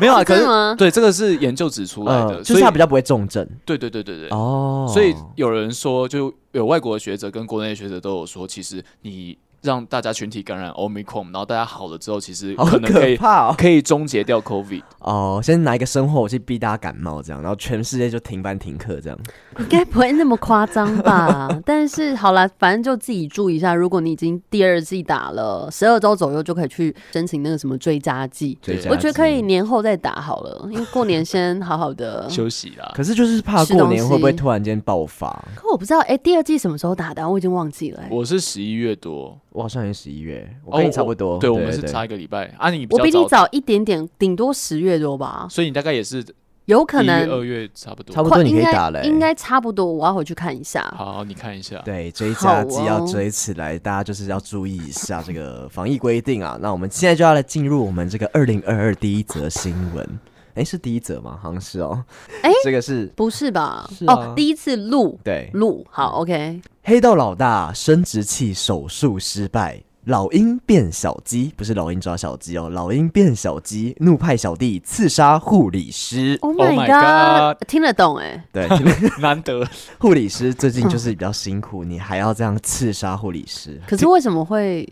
S3: 没有啊，
S1: 是哦
S3: 可
S1: 真的
S3: 是
S1: 吗？
S3: 对这个是研究指出来的，
S2: 嗯，就
S3: 所
S2: 是
S3: 以
S2: 它比较不会重症
S3: 对对对对对。
S2: 哦。
S3: 所以有人说，就有外国的学者跟国内的学者都有说，其实你让大家群体感染 Omicron，然后大家好了之后，其实
S2: 好
S3: 可能可
S2: 可
S3: 以
S2: 怕哦！
S3: 可以终结掉 COVID。。
S2: 哦，先拿一个生活武器逼大家感冒这样，然后全世界就停班停课这样。
S1: 应该不会那么夸张 [laughs] 吧？但是好啦，反正就自己注意一下。如果你已经第二季打了，十二周左右就可以去申请那个什么追加剂。
S2: 追加
S1: 我觉得可以
S2: 剂。
S1: 年后再打好 [laughs] 了，因为过年先好好的
S3: 休息啦，
S2: 嗯可是就是怕
S1: 吃
S2: 过
S1: 东
S2: 年会不会
S1: 西
S2: 突然间爆发？
S1: 可我不知道，哎、第二季什么时候打的啊、我已经忘记了、哎
S3: 我是十一月多，
S2: 我好像也十一月，我
S3: 哦
S2: 跟你差不多。
S3: 对，我们是差一个礼拜啊，你比
S1: 我
S3: 较
S1: 比你
S3: 早，
S1: 早一点点，顶多十月多吧，
S3: 所以你大概也是一
S1: 有可
S3: 月、
S1: 能
S3: 二月差不多。
S2: 差不
S1: 快
S2: 多你可
S1: 应
S2: 以
S1: 该
S2: 打了欸
S1: 应该差不多。我要回去看一下。
S3: 好，你看一下。
S2: 对，追
S1: 好
S2: 加剂要
S1: 哦
S2: 追起来，大家就是要注意一下这个防疫规定啊。那 [laughs] 我们现在就要来进入我们这个二零二二第一则新闻。哎，是第一则吗？好像是哦。
S1: 诶
S2: 这个是
S1: 不是吧？
S2: 是啊
S1: 哦，第一次录
S2: 对
S1: 录好，OK。
S2: 黑道老大生殖器手术失败，老鹰变小鸡，不是老鹰抓小鸡哦，老鹰变小鸡，怒派小弟刺杀护理师。
S1: Oh
S3: my
S1: my god，
S3: god
S1: 听得懂哎，
S2: 对，
S3: [laughs] 难得，
S2: 护理师最近就是比较辛苦，你还要这样刺杀护理师，
S1: 可是为什么会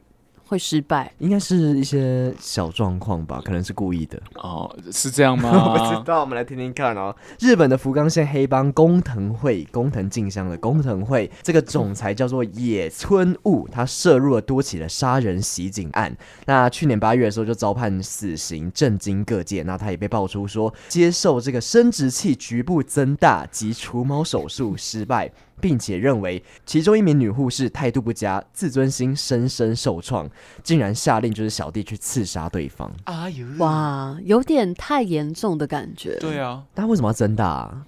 S1: 会失败？
S2: 应该是一些小状况吧，可能是故意的。
S3: 哦，是这
S2: [laughs]
S3: 样
S2: 我不知
S3: 吗？
S2: 道，我们来听听看哦。日本的福冈县黑帮工藤会，工藤静香的工藤会，这个总裁叫做野村悟，他涉入了多起的杀人袭警案。那去年八月的时候就遭判死刑，震惊各界。那他也被爆出说接受这个生殖器局部增大及除毛手术失败。并且认为其中一名女护士态度不佳，自尊心深深受创，竟然下令就是小弟去刺杀对方。
S3: 哎呦，
S1: 哇，有点太严重的感觉。
S3: 对啊，
S2: 但为什么要增大、啊？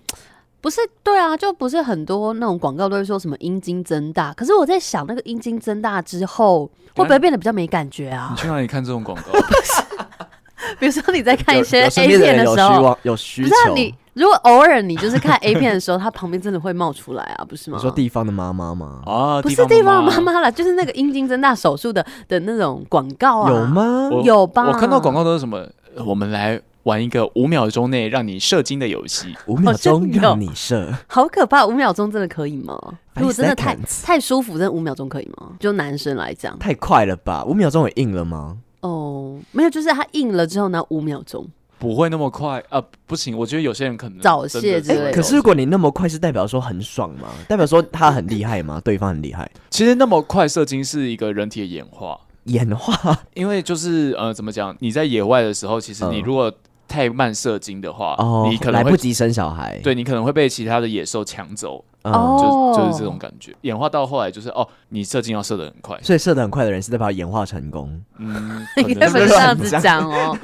S1: 不是，对啊，就不是很多那种广告都会说什么阴茎增大，可是我在想，那个阴茎增大之后会不会变得比较没感觉啊
S3: 你？去哪里看这种广告？
S2: [laughs]
S1: [laughs] 比如说你在看一
S2: 有
S1: 些
S2: 嗯有
S1: A
S2: 身边的
S1: 片
S2: 人
S1: 的
S2: 有
S1: 时
S2: 需
S1: 候，
S2: 望有需
S1: 不
S2: 求，
S1: 是啊你如果偶尔你就是看 A 片的时候，它旁边真的会冒出来啊，不是吗
S2: 你？说地方的妈妈吗？
S3: 啊，
S1: 不是地方的妈
S3: 妈。
S1: 妈啦，就是那个阴茎增大手术的的那种广告啊，
S2: 有？吗？
S3: 我
S1: 有吧？
S3: 我看到广告都是什么？呃我们来玩一个五秒钟内让你射精的游戏。
S2: 五秒钟
S1: 哦有
S2: 让你射，
S1: 好可怕！五秒钟真的可以吗？
S2: Five
S1: 如果真的太
S2: seconds
S1: 太舒服，真的五秒钟可以吗？就男生来讲，
S2: 太快了吧？五秒钟也硬了吗？
S1: 哦，没有，就是他硬了之后呢，五秒钟，
S3: 不会那么快啊、不行，我觉得有些人可能
S1: 早
S3: 真
S1: 泄
S3: 的
S1: 之类
S2: 诶
S1: 的
S2: 哎可是如果你那么快，是代表说很爽吗？代表说他很厉害吗？对方很厉害，
S3: 其实那么快射精是一个人体的演化，
S2: 演化
S3: 因为就是呃，怎么讲？你在野外的时候，其实你
S2: 嗯
S3: 如果太慢射精的话，
S2: 哦
S3: 你，可能
S2: 来
S3: 会
S2: 不及生小孩。，
S3: 对你可能会被其他的野兽抢走，
S2: 嗯
S1: 哦
S3: 就就是这种感觉。演化到后来就是哦，你射精要射得很快，
S2: 所以射得很快的人是代表演化成功。
S1: [laughs]
S3: 嗯，可
S1: 应该
S3: 能
S1: 不
S2: 是
S1: 是这样子
S2: 哦乱
S1: 讲
S2: [laughs]
S1: 哦。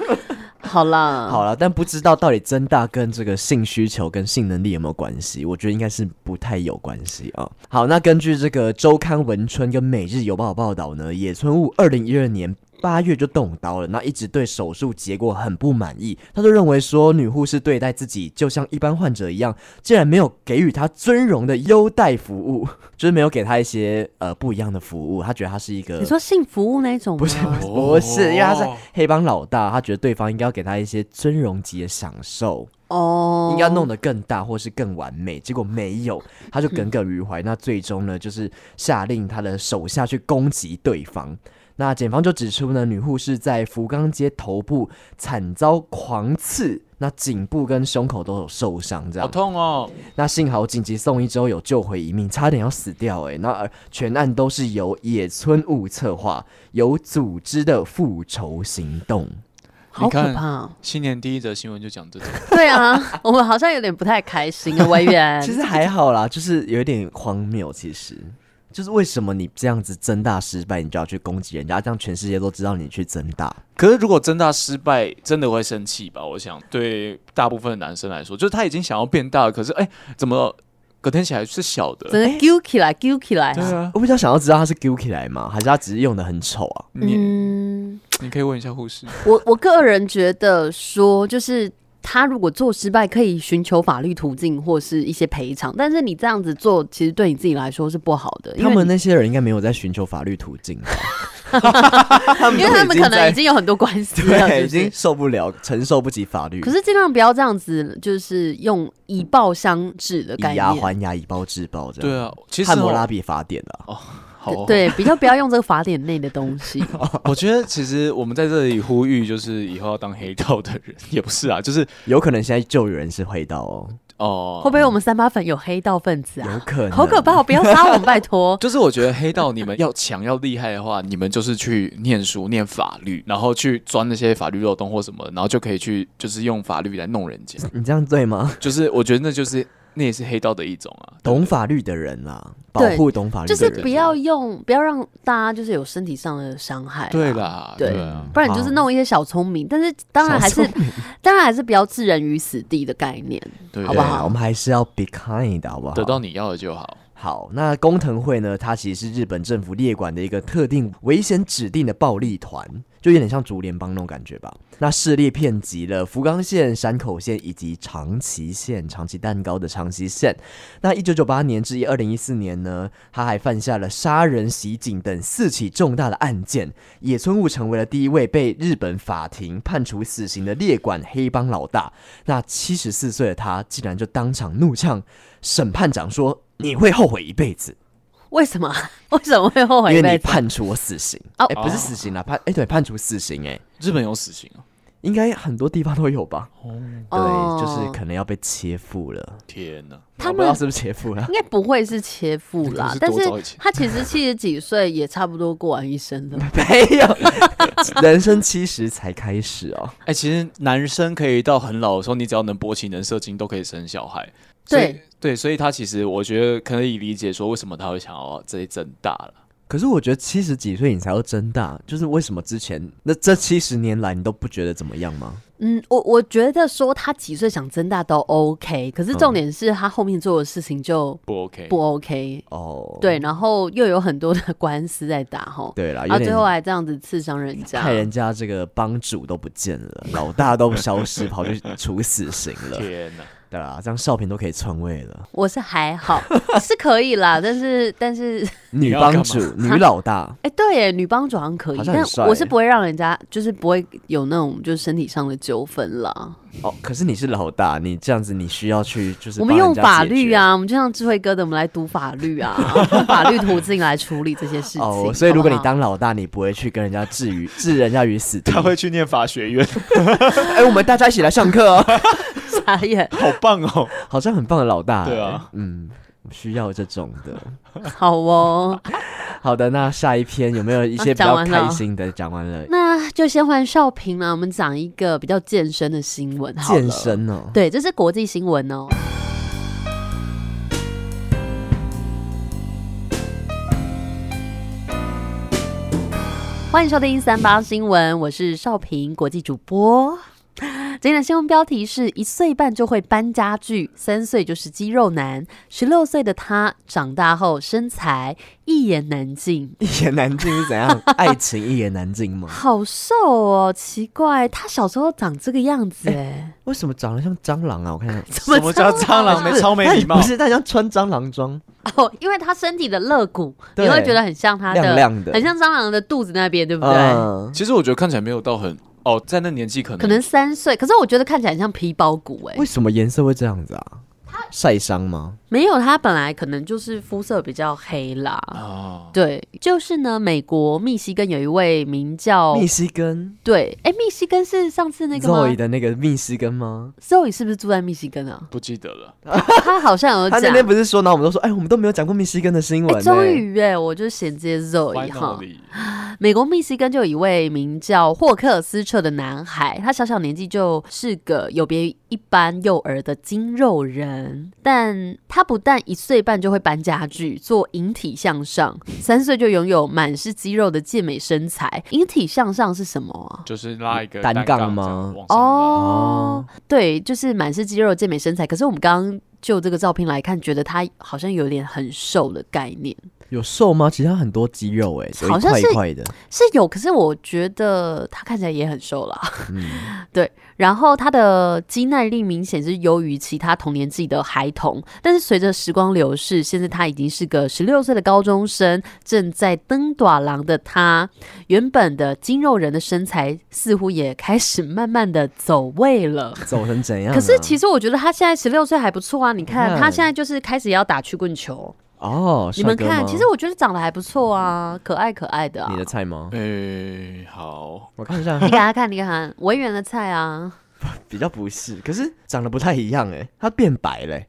S1: 好啦，
S2: 好了，但不知道到底增大跟这个性需求跟性能力有没有关系？我觉得应该是不太有关系啊、好，那根据这个周刊文春跟每日邮报的报道呢，野村悟二零一二年。八月就动刀了，那一直对手术结果很不满意。他就认为说，女护士对待自己就像一般患者一样，竟然没有给予他尊荣的优待服务， [laughs] 就是没有给他一些呃不一样的服务。他觉得他是一个
S1: 你说性服务那种吗？
S2: 不是不是，因为他是黑帮老大，他觉得对方应该要给他一些尊荣级的享受，
S1: 哦，
S2: 应该弄得更大或是更完美，结果没有，他就耿耿于怀。那最终呢，就是下令他的手下去攻击对方。那检方就指出呢，女护士在福冈街头部惨遭狂刺，那颈部跟胸口都有受伤，这
S3: 好
S2: 样。
S3: 痛哦，
S2: 那幸好紧急送医之后有救回一命，差点要死掉哎、那而全案都是由野村悟策划，有组织的复仇行动。
S1: 好可
S3: 你看
S1: 怕哦。
S3: 新年第一则新闻就讲这种，
S1: 对啊，我们好像有点不太开心
S2: [laughs]
S1: 啊，委员。
S2: 其实还好啦，就是有一点荒谬。其实就是为什么你这样子增大失败，你就要去攻击人家，这样全世界都知道你去增大。
S3: 可是如果增大失败，真的会生气吧？我想对大部分的男生来说，就是他已经想要变大了，可是哎、怎么隔天起来是小的？
S2: 哎
S1: 真的揪起来，揪起来。
S3: 对啊，
S2: 我比较想要知道他是 g u i l t y 来吗？还是他只是用的很丑啊？
S3: 你、
S1: 嗯，
S3: 你可以问一下护士。
S1: 我我个人觉得说，就是他如果做失败，可以寻求法律途径或是一些赔偿，但是你这样子做，其实对你自己来说是不好的，因
S2: 他
S1: 为
S2: 们
S1: 你
S2: 那些人应该没有在寻求法律途径吧，
S1: [laughs]
S2: 因
S1: 因为他们可能已
S2: 在
S1: 经有很多官
S2: [laughs]
S1: 司了，
S2: 对
S1: 是
S2: 已
S1: 不是
S2: 经受不了，承受不起法律，
S1: 可是尽量不要这样子，就是用以暴相制的概
S2: 以牙
S1: 念。
S2: 还牙，以暴制暴这样。
S3: 对啊，其实
S2: 汉谟
S3: 哦
S2: 拉比法典啊，
S3: 好哦， [laughs]
S1: 对，比较不要用这个法典内的东
S2: [laughs]
S1: 西。
S2: 哦
S3: 我觉得其实我们在这里呼吁，就是以后要当黑道的人也不是啊，就是
S2: 有可能现在就有人是黑道哦，
S3: 哦。
S1: 会，不会我们三八粉有黑道分子
S2: 有
S1: 啊？
S2: 可能，
S1: 好可怕！不要杀我们，拜托
S2: [laughs]
S3: 就是我觉得黑道你们要强要厉害的话，你们就是去念书、念法律，然后去钻那些法律漏洞或什么，然后就可以去就是用法律来弄人家。
S2: 你这样对吗？
S3: 就是我觉得那就是那也是黑道的一种啊，
S2: 懂法律的人啦，保
S1: 对
S2: 护懂法律
S1: 就
S2: 的人，
S1: 是不要用，不要让大家就是有身体上的伤害。
S3: 对。啦，
S1: 哎对
S3: 对啊。
S1: 不然你就是弄一些小聪明，但是当然还是， [laughs] 当然还是不要置人于死地的概念。
S3: 对，啊
S1: 好不好
S2: 对我们还是要 be kind，好不好？
S3: 得到你要的就好。
S2: 好，那工藤会呢？它其实是日本政府列管的一个特定危险指定的暴力团，就有点像竹联帮那种感觉吧。那势力遍及了福冈县、山口县以及长崎县、长崎蛋糕的长崎县。那一九九八年至一二零一四年呢，他还犯下了杀人、袭警等四起重大的案件。野村悟成为了第一位被日本法庭判处死刑的列管黑帮老大。那七十四岁的他，竟然就当场怒呛审判长说：“你会后悔一辈子，
S1: 为什么？ [laughs] 为什么会后悔一
S2: 因为
S1: 辈
S2: 你
S1: 子？
S2: 判处我死刑。”
S1: 哦
S2: 哎、不是死刑啦，判哎、对，判处死刑哎、
S3: 日本有死刑啊！
S2: 应该很多地方都有吧？对，
S1: 哦
S2: 就是可能要被切腹了，
S3: 天哪，
S1: 他
S2: 我不知
S1: 们
S2: 道是不是切腹了。
S1: 应该不会是切腹啦，
S3: 可
S1: 但
S3: 能是
S1: 是
S3: 多早以前
S1: 他其
S2: [laughs]
S1: 实七十几岁也差不多过完一生了。
S2: 没有， [laughs] 人生七十才开始哦。
S3: 哎、其实男生可以到很老的时候，你只要能勃起、能射精，都可以生小孩。所以
S1: 对
S3: 对，所以他其实我觉得可以理解说，为什么他会想要这一整大了。
S2: 可是我觉得七十几岁你才要睁大，就是为什么之前那这七十年来你都不觉得怎么样吗？
S1: 嗯，我我觉得说他几岁想增大都 OK，可是重点是他后面做的事情就
S3: 不 OK，
S1: 不 OK，
S2: 哦，
S1: 对，然后又有很多的官司在打吼，
S2: 对啦，
S1: 然后
S2: 有点
S1: 最后还这啊样子刺伤人家
S2: 害，人家这个帮主都不见了，老大都消失，跑去处死刑了，
S3: 天哪！
S2: 对啦，这样少平都可以篡位了，
S1: 我是还好是可以啦，但是 [laughs] 但是
S2: 女
S3: 要干
S2: 帮
S3: 嘛
S2: 主、
S1: [laughs]
S2: 女老大，
S1: 哎、对耶，女帮主好像可以，
S2: 好像很
S1: 但
S2: 帅
S1: 我
S2: 耶
S1: 是不会让人家就是不会有那种就是身体上的纠纷啦，
S2: 哦，可是你是老大，你这样子你需要去就是
S1: 我们
S2: 帮
S1: 用
S2: 人家
S1: 法
S2: 解
S1: 律
S2: 决。
S1: 啊，我们就像智慧哥的，我们来读法律啊， [laughs] 用法律途径来处理这些事情。
S2: 哦，所以如果你
S1: 好不好
S2: 当老大，你不会去跟人家置于置人家于死地。
S3: 去念法
S1: [laughs]
S3: 学院，
S2: 哎、我们大家一起来上课哦，
S1: 傻眼，
S3: 好棒哦！
S2: 好像很棒的老大、
S3: 对啊，
S2: 嗯，需要这种的。 [laughs]
S1: 好哦，
S2: 好的，那下一篇有没有一些
S1: 啊
S2: 比较
S1: 讲完了
S2: 开心的？讲完了，
S1: 那就先换少平了。我们讲一个比较健身的新闻好了，
S2: 健身哦， [laughs]
S1: 对，这是国际新闻哦。欢迎收听三八新闻，我是少平国际主播。今天的新闻标题是一岁半就会搬家具，三岁就是肌肉男，十六岁的他长大后身材一言难尽，
S2: 一言难尽是怎样？爱情一言难尽
S1: [laughs]
S2: 吗？
S1: 好瘦哦，奇怪，他小时候长这个样子
S2: [laughs]
S1: 哎、
S2: 为什么长得像蟑螂啊？我看一下，
S1: 怎么
S3: 叫蟑螂？没超没礼貌
S2: 不。是，他像穿蟑螂装，
S1: 哦，因为他身体的肋骨，你
S2: 对
S1: 会觉得很像他的，
S2: 亮亮的，
S1: 很像蟑螂的肚子那边，对不对？
S2: 嗯。
S3: 其实我觉得看起来没有到很哦，在那年纪可能
S1: 可能三岁，可是我觉得看起来很像皮包骨哎、
S2: 为什么颜色会这样子啊？晒伤吗？
S1: 没有，他本来可能就是肤色比较黑啦。
S2: 哦
S3: 啊，？
S1: 对，就是呢，美国密西根有一位名叫
S2: 密西根
S1: 对，哎，密西根是上次那个吗
S2: Zoe 的那个密西根吗？
S1: ？Zoe 是不是住在密西根啊
S3: 不记得了。
S1: 他好像有
S2: 他那
S1: 讲，
S2: 天不是说，然后我们都说，哎，我们都没有讲过密西根的新闻、欸
S1: 哎，
S2: 呢。
S1: 终于哎，我就衔接 Zoe 哈。
S3: Finally，
S1: 美国密西根就有一位名叫霍克斯彻的男孩，他小小年纪就是个有别于一般幼儿的筋肉人，但他不但一岁半就会搬家具，做引体向上， [laughs] 三岁就拥有满是肌肉的健美身材。引体向上是什么啊？
S3: 就是拉一个
S2: 单
S3: 单
S2: 杠
S3: 杠
S1: 哦
S2: 吗
S3: 这样往上拉
S1: 哦，对，就是满是肌肉的健美身材。可是我们刚刚就这个照片来看，觉得他好像有点很瘦的概念，
S2: 有瘦吗？其实他很多肌肉哎、有一
S1: 好像
S2: 块一
S1: 是
S2: 块的，
S1: 是有，可是我觉得他看起来也很瘦啦。
S2: 嗯
S1: [laughs] 对，然后他的肌耐力明显是优于其他同年纪的孩童，但是随着时光流逝，现在他已经是个十六岁的高中生，正在登短廊的他，原本的筋肉人的身材似乎也开始慢慢的走位了。
S2: [laughs] 走成怎样啊、
S1: 可是其实我觉得他现在十六岁还不错啊，你看
S2: 嗯
S1: 他现在就是开始要打曲棍球，
S2: 哦，
S1: 你们
S2: 帅哥
S1: 看，
S2: 吗
S1: 其实我觉得长得还不错啊，可爱可爱的、啊。
S2: 你的菜吗？
S3: 诶、哎好， [coughs]
S2: 我看一下
S1: 你，给他看，你给他看，文员的菜啊，
S2: 比较不是，可是长得不太一样哎、他变白嘞、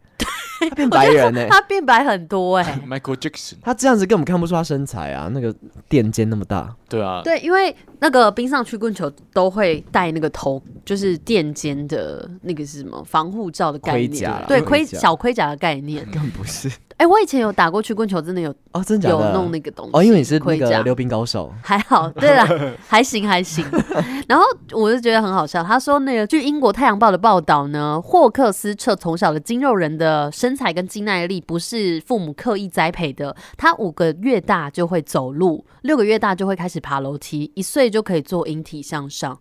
S2: 他变白人哎、
S1: 他变白很多哎、
S2: [laughs]
S3: Michael Jackson，
S2: 他这样子根本看不出他身材啊，那个垫肩那么大，
S3: 对啊，
S1: 对，因为那个冰上曲棍球都会戴那个头，就是垫肩的那个是什么防护罩的概念，
S2: 盔甲啦
S1: 对
S2: 盔
S1: 盔
S2: 甲
S1: 小盔甲的概念。
S2: 根本不是
S1: 哎、我以前有打过曲棍球，真的有
S2: 哦，真的假
S1: 有
S2: 的？
S1: 弄那个东西
S2: 哦，因为你是那
S1: 盔甲
S2: 个溜冰高手，
S1: 还好，对啦，还行还行。 [laughs] 然后我就觉得很好笑，他说那个据英国《太阳报》的报道呢，霍克斯彻从小的肌肉人的身材跟肌耐力不是父母刻意栽培的，他五个月大就会走路，六个月大就会开始爬楼梯，一岁就可以做引体向上。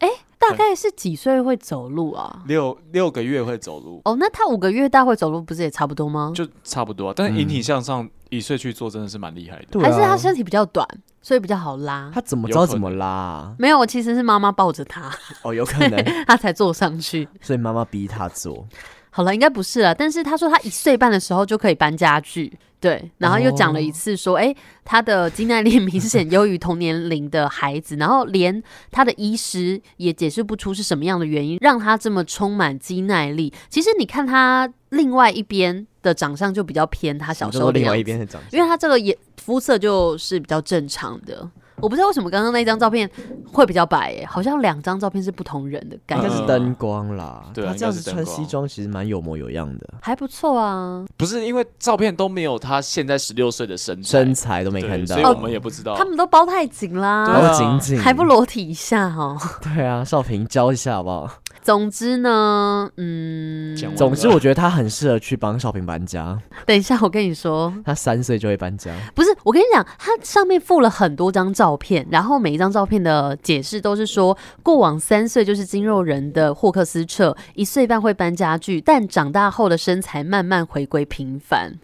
S1: 哎、大概是几岁会走路啊？
S3: 六六个月会走路，
S1: 哦，那他五个月大会走路，不是也差不多吗？
S3: 就差不多、啊。
S2: 嗯
S3: 但是引体向上一岁去做真的是蛮厉害的。
S2: 对
S1: 还是他
S2: 啊，
S1: 身体比较短，所以比较好拉？
S2: 他怎么知
S3: 有
S2: 道
S3: 可
S2: 怎么拉啊、
S1: 没有，我其实是妈妈抱着他， [laughs]
S2: 哦，有可能，
S1: 他才坐上去。
S2: [laughs] 所以妈妈逼他做，
S1: 好了，应该不是了。但是他说他一岁半的时候就可以搬家具，对，然后又讲了一次说，哎、他的肌耐力明显优于同年龄的孩子， [laughs] 然后连他的医师也解释不出是什么样的原因让他这么充满肌耐力。其实你看他另外一边的长相就比较偏他小时
S2: 就
S1: 候
S2: 说
S1: 的
S2: 另
S1: 样
S2: 外
S1: 子
S2: 一，边的长相，
S1: 因为他这个也肤色就是比较正常的。我不知道为什么刚刚那张照片会比较白、欸，好像两张照片是不同人的感
S2: 应
S1: 觉，
S2: 该是灯光啦，
S3: 对啊
S2: 他
S3: 应
S2: 这
S3: 该
S2: 样
S3: 是
S2: 子
S3: 灯
S2: 穿
S3: 光
S2: 西装其实蛮有模有样的，
S1: 还不错啊。
S3: 不是因为照片都没有他现在十六岁的身材，
S2: 身材都没
S3: 对
S2: 看到，
S3: 所以我们也不知道。
S1: 他们都包太紧啦，
S3: 哦对啊
S2: 然后紧紧
S1: 还不裸体一下哦。 [laughs]
S2: 对啊，少平教一下好不好？
S1: 总之呢，嗯，
S3: 讲完了
S2: 总之，我觉得他很适合去帮少平搬家，
S1: 等一下我跟你说，
S2: 他三岁就会搬家。
S1: 不是我跟你讲，它上面附了很多张照片，然后每一张照片的解释都是说，过往三岁就是筋肉人的霍克斯彻，一岁半会搬家具，但长大后的身材慢慢回归平凡，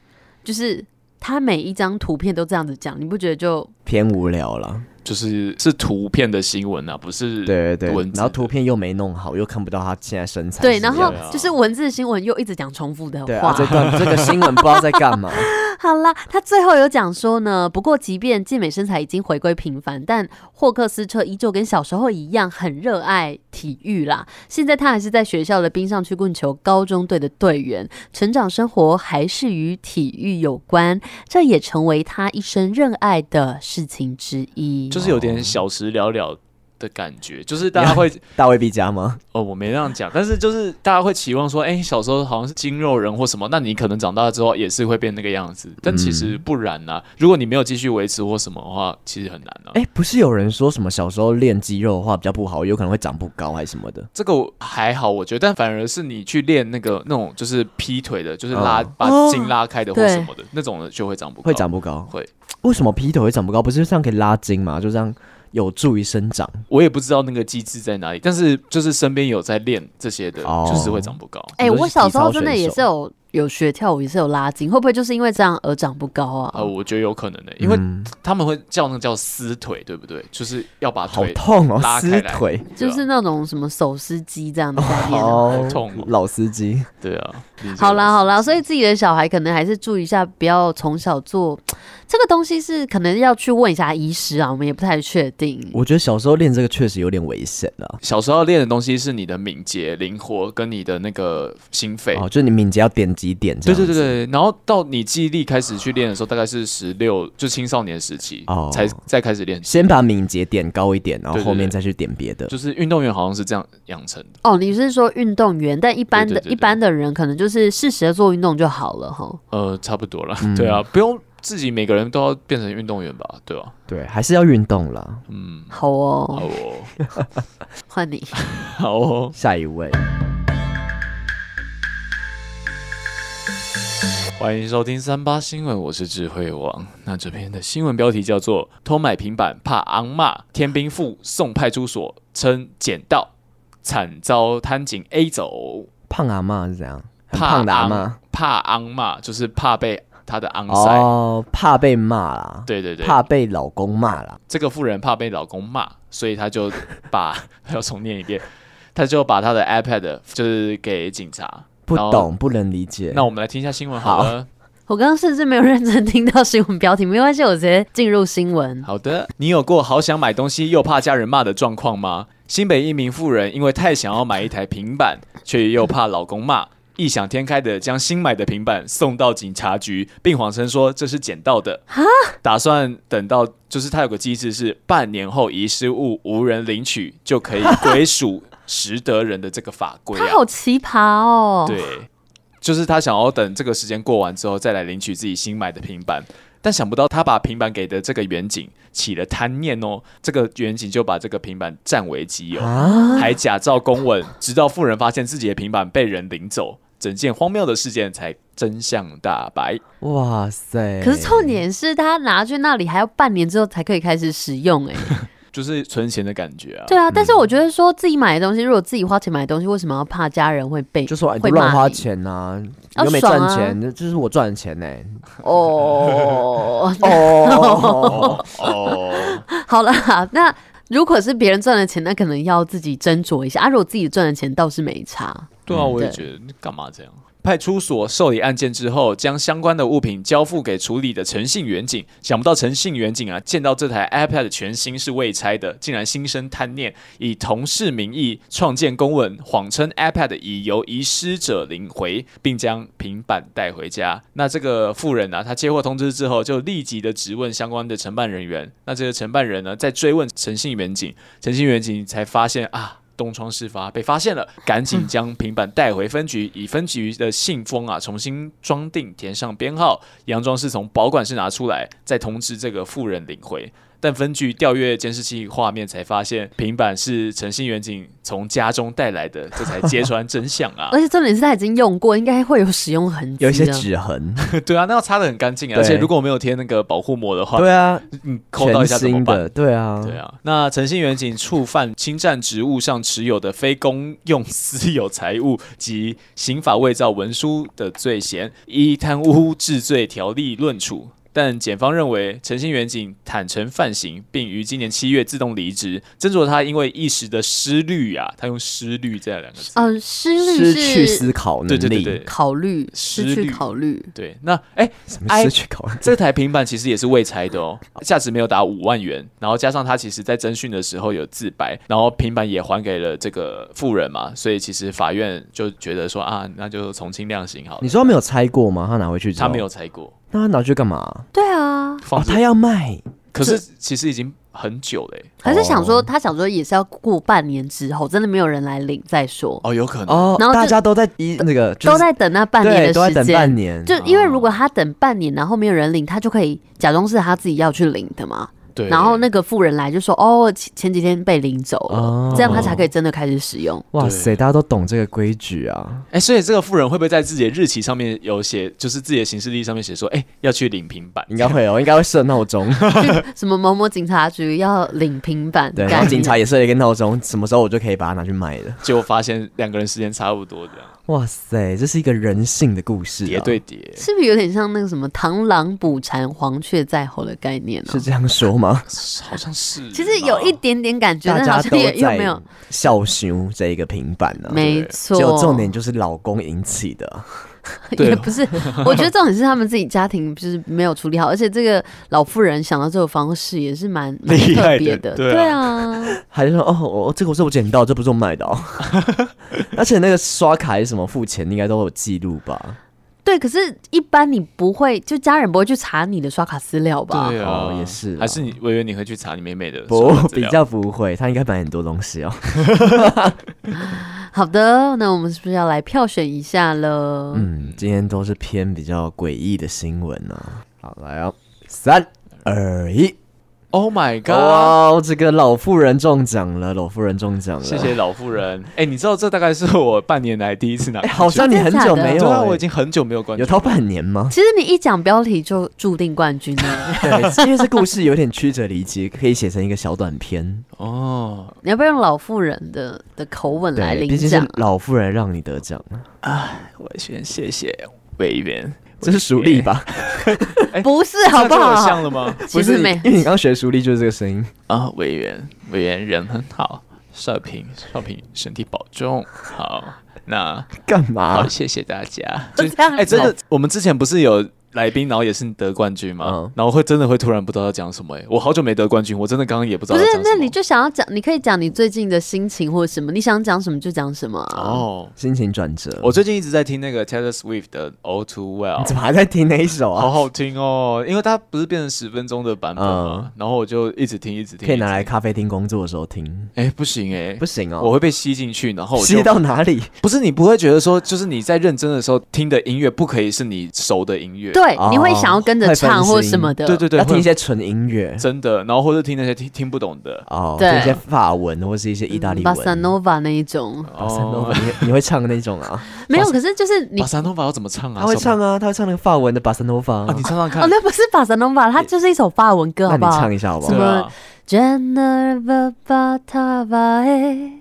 S1: 就是。他每一张图片都这样子讲，你不觉得就
S2: 偏无聊了，
S3: 就是是图片的新闻啊，不是
S2: 对对对
S3: 文，字的
S2: 然后图片又没弄好，又看不到他现在身材
S1: 对？
S2: 是怎
S1: 然
S2: 么
S1: 后
S2: 样
S3: 啊
S1: 就是文字新闻又一直讲重复的话，
S2: 对啊，这段这个新闻不知道在干嘛，
S1: 好啦，他最后有讲说呢，不过即便健美身材已经回归平凡，但霍克斯彻依旧跟小时候一样很热爱体育啦。现在他还是在学校的冰上曲棍球高中队的队员，成长生活还是与体育有关，这也成为他一生热爱的事情之一。
S3: 就是有点小时了了的感觉，就是 [laughs] 大家会
S2: 大卫毕加吗？
S3: 哦，我没那样讲，但是就是大家会期望说，哎、小时候好像是筋肉人或什么，那你可能长大之后也是会变那个样子，但其
S2: 嗯
S3: 实不然啦、如果你没有继续维持或什么的话，其实很难啊。
S2: 哎，不是有人说什么小时候练肌肉的话比较不好，有可能会长不高还是什么的？
S3: 这个我还好，我觉得，但反而是你去练那个那种就是劈腿的，就是拉、
S2: 哦
S3: 把筋拉开的或
S1: 对
S3: 什么的那种的，就会长不高。
S2: 会长不高，
S3: 会。
S2: 为什么劈腿会长不高？不是这样可以拉筋吗？就这样有助于生长。
S3: 我也不知道那个机制在哪里，但是就是身边有在练这些的，
S2: 哦
S3: 就是会长不高。
S1: 哎、
S2: 很多
S1: 我
S2: 是
S1: 小
S2: 体
S1: 时候
S2: 操
S1: 真的
S2: 选
S1: 也
S2: 手
S1: 是有有学跳舞，也是有拉筋，会不会就是因为这样而长不高啊？
S3: 啊，我觉得有可能的、因为
S2: 嗯
S3: 他们会叫那叫撕腿，对不对？就是要把
S2: 好
S3: 腿
S2: 痛哦，
S3: 拉
S2: 撕
S3: 开来
S2: 腿，
S1: 就
S3: 对啊
S1: 是那种什么手撕鸡这样的概念啊、
S2: [laughs] 好
S3: 好痛哦
S2: 老司机。
S3: 对啊，理解
S1: 好啦
S3: 了
S1: 好啦，所以自己的小孩可能还是注意一下，不要从小做这个东西是可能要去问一下医师啊，我们也不太确定。
S3: 嗯
S2: 我觉得小时候练这个确实有点危险啊。
S3: 小时候练的东西是你的敏捷、灵活跟你的那个心肺。
S2: 哦，就是你敏捷要点几点这
S3: 对
S2: 样子，
S3: 对对对，然后到你记忆力开始去练的时候，大概是十六，就青少年时期、
S2: 哦
S3: 才再开始练。
S2: 先把敏捷点高一点，然后
S3: 对对
S2: 后面
S3: 对
S2: 再去点别的。
S3: 就是运动员好像是这样养成的，
S1: 哦，你是说运动员，但一般的
S3: 对对对对
S1: 一般的人可能就是适时的做运动就好了哈。
S2: 嗯
S3: 呃，差不多了。对啊，不用自己每个人都要变成运动员吧？对啊，
S2: 对，还是要运动啦。
S3: 嗯，
S1: 好
S3: 好
S1: 哦，
S3: 哦，
S2: [laughs]
S1: 换你。
S3: 好哦。
S2: 下一位，
S3: 欢迎收听三八新闻，我是智慧王。那这篇的新闻标题叫做“偷买平板怕昂骂，天兵妇送派出所称捡到，惨遭摊警 A 走
S2: 胖阿妈是怎样？”，很
S3: 怕
S2: 胖的阿
S3: 昂
S2: 妈
S3: 怕昂骂，就是怕被他的昂塞。
S2: 哦，怕被骂啦，
S3: 对对对，
S2: 怕被老公骂啦。
S3: 这个妇人怕被老公骂，所以她就把 [laughs] 要重念一遍，她就把她的 iPad 就是给警察。
S2: 不
S3: 然后
S2: 懂，不能理解。
S3: 那我们来听一下新闻好了。
S1: [laughs] 我刚刚甚至没有认真听到新闻标题，没关系，我直接进入新闻。
S3: 好的，你有过好想买东西又怕家人骂的状况吗？新北一名妇人因为太想要买一台平板，却又怕老公骂， [laughs] 异想天开的将新买的平板送到警察局，并谎称说这是捡到的，打算等到就是它有个机制是半年后遗失物无人领取就可以归属实得人的这个法
S1: [laughs]
S3: 规
S1: 他
S3: 啊
S1: 好，奇葩哦！
S3: 对，就是他想要等这个时间过完之后再来领取自己新买的平板，但想不到他把平板给的这个远景起了贪念哦，这个远景就把这个平板占为己有，
S2: 啊，
S3: 还假造公文，直到富人发现自己的平板被人领走，整件荒谬的事件才真相大白。
S2: 哇塞！
S1: 可是重点是他拿去那里还要半年之后才可以开始使用、哎，
S3: 就是存钱的感觉啊，
S1: 对啊。
S2: 嗯
S1: 但是我觉得说自己买的东西，如果自己花钱买的东西，为什么要怕家人会被
S2: 就说哎你
S1: 会骂
S2: 乱花
S1: 你
S2: 钱
S3: 哦
S2: 呐、
S1: 啊
S2: 又没
S1: 爽
S2: 赚
S1: 啊
S2: 钱，这、这是我赚的钱
S3: [laughs]
S2: 呢、
S1: 哦？
S2: 哦，
S3: 哦，
S1: 好啦，那如果是别人赚的钱，那可能要自己斟酌一下。啊，如果自己赚的钱倒是没差。
S3: 对啊，我也
S1: 对
S3: 觉得你干嘛这样？派出所受理案件之后，将相关的物品交付给处理的诚信远景。想不到诚信远景啊，见到这台 iPad 全新是未拆的，竟然心生贪念，以同事名义创建公文，谎称 iPad 已由遗失者领回，并将平板带回家。那这个妇人啊，她接获通知之后，就立即的质问相关的承办人员。那这个承办人呢，在追问诚信远景，诚信远景才发现啊。东窗事发被发现了，赶
S2: 嗯
S3: 紧将平板带回分局，以分局的信封啊重新装订，填上编号，洋装是从保管室拿出来，再通知这个妇人领回。但分局调阅监视器画面才发现，平板是诚信远景从家中带来的，这才揭穿真相啊
S2: [laughs]
S1: 而！且重点是他已经用过，应该会有使用痕迹的。
S2: 有一些指痕，
S3: 对啊，那要擦的很干净啊，
S2: 对
S3: 而且如果我没有贴那个保护膜的话，
S2: 对啊，
S3: 你抠
S2: 全
S3: 到一下怎么
S2: 新
S3: 办？
S2: 的，对啊，
S3: 对啊，那诚信远景触犯侵占职务上持有的非公用私有财物及刑法伪造文书的罪嫌，依贪污治罪条例论处。但检方认为，诚信远景坦诚犯行，并于今年七月自动离职。斟酌他因为一时的失律啊，他用失律这两个字，
S1: 嗯、失律
S2: 失去
S1: 是
S2: 思考能
S3: 对
S2: 力，
S3: 对对对
S1: 考虑，
S3: 失
S1: 失去
S3: 律
S1: 考虑。
S3: 对。那哎、
S2: 什么失去
S1: 哎
S2: 考虑？
S3: 这台平板其实也是未拆的哦，价值没有达五万元，然后加上他其实在侦讯的时候有自白，然后平板也还给了这个富人嘛，所以其实法院就觉得说啊，那就从轻量刑好了
S2: 你。说他没有拆过吗？他拿回去之后，
S3: 他没有，拆过，
S2: 那他拿去干嘛？
S1: 对啊，
S3: 放
S2: 哦，
S3: 着
S2: 他要卖，
S3: 可是其实已经很久了欸。
S1: 还是想说，
S2: 哦
S1: 他想说也是要过半年之后，真的没有人来领再说，
S3: 哦，有可能，
S2: 哦
S1: 然后，就
S2: 大家都在一那个，就是
S1: 都在等那半年
S2: 对，都
S1: 的
S2: 在
S1: 时
S2: 等半
S1: 间。
S2: 年，
S1: 就因为如果他等半年，然后没有人领，他就可以假装是他自己要去领的嘛。
S3: 对。
S1: 然后那个富人来就说：“哦，前前几天被领走了。
S2: 哦
S1: 这样他才可以真的开始使用。
S2: 哇塞，大家都懂这个规矩啊，
S3: 哎，所以这个富人会不会在自己的日期上面有写，就是自己的行事历上面写说，哎，要去领平板？
S2: 应该会哦，应该会设闹钟，
S1: 什么某某警察局要领平板，
S2: [laughs] 对，然
S1: 干
S2: 后警察也设了一个闹钟，什么时候我就可以把它拿去卖了。
S3: 结果发现两个人时间差不多，这样
S2: 哇塞，这是一个人性的故事、啊，
S3: 叠对叠，
S1: 是不是有点像那个什么螳螂捕蝉，黄雀在后的概念呢、啊
S2: 是这样说吗？
S3: 好像是。
S1: 其实有一
S3: 点。
S1: 点点 [laughs] 感觉，
S2: 大
S1: 但好
S2: 家
S1: 像
S2: 都
S1: 也又
S2: 在
S1: 没有，
S2: 笑羞这一个平板呢、啊，
S1: 没
S2: 只
S1: 错。
S2: 有重
S1: [laughs]
S2: 点就是老公引起的，
S3: 对
S1: 也不是，我觉得重点是他们自己家庭就是没有处理好，而且这个老妇人想到这种方式也是蛮蛮
S3: 厉
S1: 特
S3: 害的
S1: 别的，
S3: 对啊
S1: 对啊，
S2: 还是说哦，我这个我是我捡到，这不是我买的、哦，而且那个刷卡还是什么付钱，应该都有记录吧？
S1: 对。可是，一般你不会，就家人不会去查你的刷卡资料吧？
S3: 对啊，
S2: 哦也是啦
S3: 还是你我以为你会去查你妹妹的
S2: 不
S3: 所有，资
S2: 比
S3: 料
S2: 较不会，他应该买很多东西哦。
S1: 好的，那我们是不是要来票选一下了？
S2: 嗯，今天都是偏比较诡异的新闻呢、啊。好，来哦，三二一，
S3: Oh my god！
S2: 哇，这个老妇人中奖了，老妇人中奖了，
S3: 谢谢。老妇人。 [laughs] 哎、你知道这大概是我半年来第一次拿
S2: 哎、
S3: 冠军，
S2: 好像你很
S1: 真的
S2: 久没
S1: 假的
S2: 有、
S3: 对啊，
S2: 欸，
S3: 我已经很久没有关
S2: 有
S3: 注。
S2: 到半年吗？
S1: 其实你一讲标题就注定冠军
S2: [laughs]
S1: 了，
S2: 对，因为这故事有点曲折离奇，可以写成一个小短片。
S3: 哦，
S1: 你要不要用老妇人的的口吻来
S2: 对，
S1: 领
S2: 毕竟是
S1: 奖？
S2: 老妇人让你得奖，
S3: 我先谢谢委员，
S2: 这是熟力吧？
S1: 不
S3: 哎
S1: 是好不
S3: 这样就有像
S1: 好？
S3: 了吗？
S1: 其实没
S2: 因为你刚学熟力就是这个声音。
S3: [laughs]
S2: [laughs]
S3: 啊，委员，委员人很好，少平，少平身体保重。好，那
S2: 干
S3: 好，
S2: 嘛？
S3: 谢谢大家。
S1: 就
S3: 就
S1: 这样
S3: 啊哎、真
S1: 好
S3: 的，我们之前不是有来宾，然后也是得冠军嘛，
S2: 嗯
S3: 然后会真的会突然不知道要讲什么、哎，我好久没得冠军，我真的刚刚也不知道
S1: 不
S3: 要
S1: 是
S3: 讲什，么。
S1: 那你就想要讲，你可以讲你最近的心情或者什么，你想讲什么就讲什么啊。
S3: 哦，
S2: 心情转折。
S3: 我最近一直在听那个 Taylor Swift 的《All Too
S2: 你
S3: Well
S2: 怎》。么还在听那一首
S3: 好
S2: 啊？
S3: 好听哦，因为它不是变成十分钟的版本嘛，然后我就一直听，一直
S2: 嗯
S3: 听，
S2: 可以拿
S3: 一
S2: 来
S3: 直
S2: 咖啡厅工作的时候听。
S3: 听。哎、不行哎、
S2: 不行哦，
S3: 我会被吸进去，然后我就
S2: 吸到哪里？
S3: 不是你不会觉得说，就是你在认真的时候听的音乐不可以是你熟的音乐，
S1: 对，你会
S2: 哦
S1: 想要跟着
S2: 会分
S1: 唱或
S2: 心
S1: 什么的。
S3: 对对对，
S2: 要听
S3: 会
S2: 一些纯音乐
S3: 真的，然后或者听那些听听不懂的。
S2: 哦，
S1: 对
S2: 听一些法文或是
S3: 嗯
S2: 一些意大利文。啊
S1: 巴萨诺嗯瓦那一种，
S2: 巴塞
S3: 哦
S2: 诺瓦，你你会唱那种啊？
S1: 没有，可是就是你
S3: [laughs] 巴萨诺瓦要怎么唱啊？
S2: 他会唱
S3: 啊，
S2: 啊，他会唱那个法文的巴塞诺瓦。
S3: 你唱唱
S1: 哦，
S3: 看。
S1: 那不是巴萨诺瓦，它就是一首法文歌，
S2: 那
S1: 好
S2: 你
S1: 不好
S2: 唱？一下好不
S1: 什
S2: 好
S1: 么？
S3: 啊，
S1: Geneva Batavae,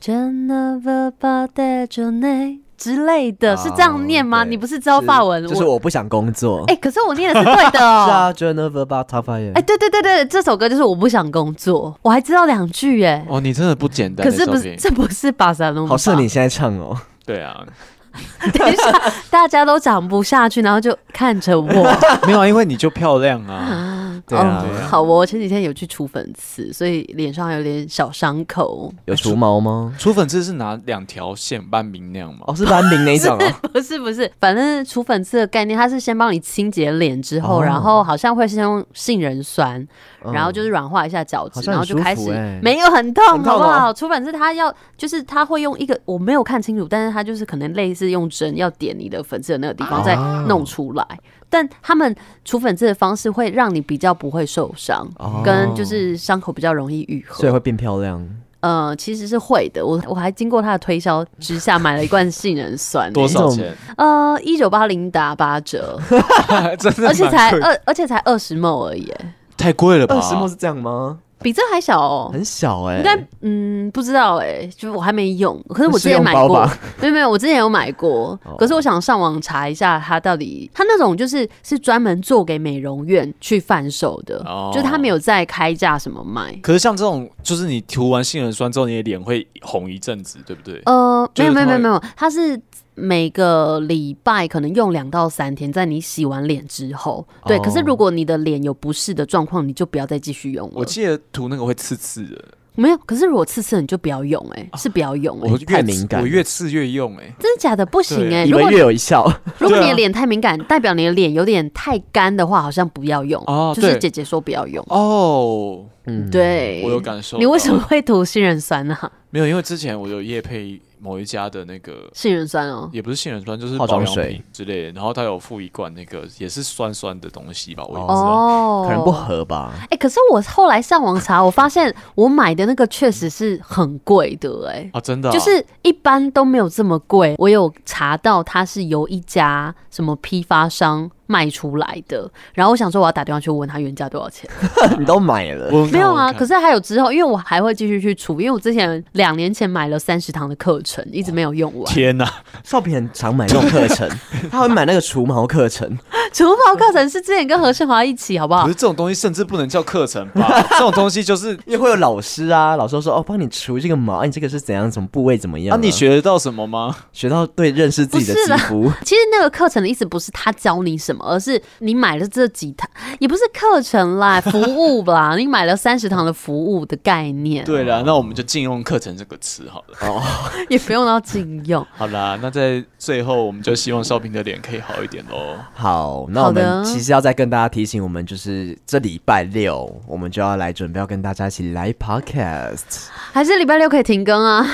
S1: Geneva Batejone 之类的，是这样念吗？
S2: 哦
S1: 你不是知道法文？
S2: 就是我不想工作。
S1: 哎、可是我念的是对的哦。
S2: 是 [laughs] 啊，Geneva b a t a f a
S1: 哎、对对对对，这首歌就是我不想工作，我还知道两句哎。
S3: 哦，你真的不简单。
S1: 可是不
S3: 赵
S1: 是，
S3: 平
S1: 这不是巴塞隆。
S2: 好适合你现在唱哦。
S3: 对啊，
S1: [laughs] 等一下，大家都讲不下去，然后就看着我。
S3: [laughs] 没有，啊，因为你就漂亮啊。
S2: [laughs] 对啊
S1: 哦，好，我前几天有去除粉刺，所以脸上还有点小伤口。
S2: 有除毛吗？
S3: 除粉刺是拿两条线斑明那样吗？
S2: 哦， [laughs] 是班明那一种啊。
S1: [laughs] 不是不是，反正除粉刺的概念，它是先帮你清洁脸之后，
S2: 哦
S1: 然后好像会先用杏仁酸，
S2: 嗯
S1: 然后就是软化一下角质
S2: 好，像
S1: 然后
S2: 很
S1: 就开
S2: 舒
S1: 始
S2: 服欸
S1: 没有很痛，
S2: 很痛
S1: 好不
S2: 哦
S1: 好？除粉刺它要就是它会用一个我没有看清楚，但是它就是可能类似用针要点你的粉刺的那个地
S2: 啊
S1: 方再弄出来。但他们除粉刺的方式会让你比较不会受伤，
S2: 哦
S1: 跟就是伤口比较容易愈合
S2: 所以。会变漂亮。
S1: 呃，其实是会的，我我还经过他的推销之下买了一罐杏仁酸、欸
S3: 多少钱？
S1: 呃，一九八零打八折，
S3: [laughs] 真的蛮贵，
S1: 而且才二，而且才二十毛而已耶，
S3: 太贵了吧？
S2: 二十墨是这样吗？
S1: 比这还小哦。
S2: 啊很小哎、
S1: 应该嗯，不知道哎，就我还没用，可是我
S2: 那
S1: 之
S2: 试
S1: 前
S2: 用
S1: 买
S2: 包
S1: 过
S2: 吧，
S1: 没有没有，我之前有买过，
S3: 哦
S1: 可是我想上网查一下它到底，它那种就是是专门做给美容院去贩售的，
S3: 哦
S1: 就是它没有在开价什么卖。
S3: 可是像这种，就是你涂完杏仁酸之后，你的脸会红一阵子，对不对？
S1: 呃，
S3: 就
S1: 没有
S3: 是
S1: 没有没
S3: 它
S1: 有
S3: 会
S1: 没有，它是每个礼拜可能用两到三天，在你洗完脸之后，对。可是
S2: 哦
S1: 如果你的脸有不适的状况，你就不要再继续用了。
S3: 我记得涂那个会刺刺的，
S1: 没有，可是如果刺刺你就不要用、欸，哎、是不要用、欸，
S3: 啊我
S2: 太
S3: 越
S2: 敏感
S3: 我
S2: 了
S3: 越刺越用、哎，
S1: 真的假的？不行
S3: 对
S1: 哎、
S2: 以
S1: 如
S2: 为
S1: 果哦
S2: 越有一笑，
S1: 如果
S3: 对啊
S1: 你的脸太敏感，代表你的脸有点太干的话，好像不要用。
S3: 哦
S1: 就是
S3: 对
S1: 姐姐说不要用。
S3: 哦，
S2: 嗯，
S1: 对，
S3: 我有感受到。啊
S1: 你为什么会涂杏仁酸啊呢、
S3: 没有？因为之前我有夜配某一家的那个，
S1: 杏仁酸哦，
S3: 也不是杏仁酸，就是
S2: 化
S3: 保
S2: 妆
S3: 养
S2: 水
S3: 品之类的。然后他有附一罐那个也是酸酸的东西吧，我也不知道。
S1: 哦，
S2: 可能不合吧。 [laughs]
S1: 哎、可是我后来上网查，我发现我买的那个确实是很贵的、哎、
S3: 啊，真的啊、
S1: 就是一般都没有这么贵。我有查到它是由一家什么批发商卖出来的，然后我想说我要打电话去问他原价多少钱，
S2: 你都买了，
S3: 我
S1: 没有啊。可
S3: 是
S1: 是还有之后，因为我还会继续去除，因为我之前两年前买了三十堂的课程，一直没有用完。
S3: 天哪、
S2: 少平很常买那种课程， [laughs] 他会买那个除毛课程，
S1: [laughs] 除毛课程是之前跟何胜华一起，好不好
S3: 可是？这种东西甚至不能叫课程吧？这种东西就是
S2: 因为会有老师啊，老师会说哦，帮你除这个毛，哎你这个是怎样，什么部位怎么样、
S3: 啊，你学得到什么吗？
S2: 学到对认识自己的
S1: 不是啦
S2: 肌肤， [laughs]
S1: 其实那个课程的意思不是他教你什么，而是你买了这几堂，也不是课程
S2: [laughs]
S1: 啦，服务吧，你买了三十堂的服务的概念，
S2: 啊
S3: 对啦，那我们就禁用“课程”这个词好了。
S2: 哦
S1: 也不用到禁用。
S3: 好啦，那在最后，我们就希望少平的脸可以好一点喽。
S2: 好，那
S1: 好
S2: 我们
S1: 的
S2: 其实要再跟大家提醒，我们就是这礼拜六，我们就要来准备要跟大家一起来 podcast。
S1: 还是礼拜六可以停更啊？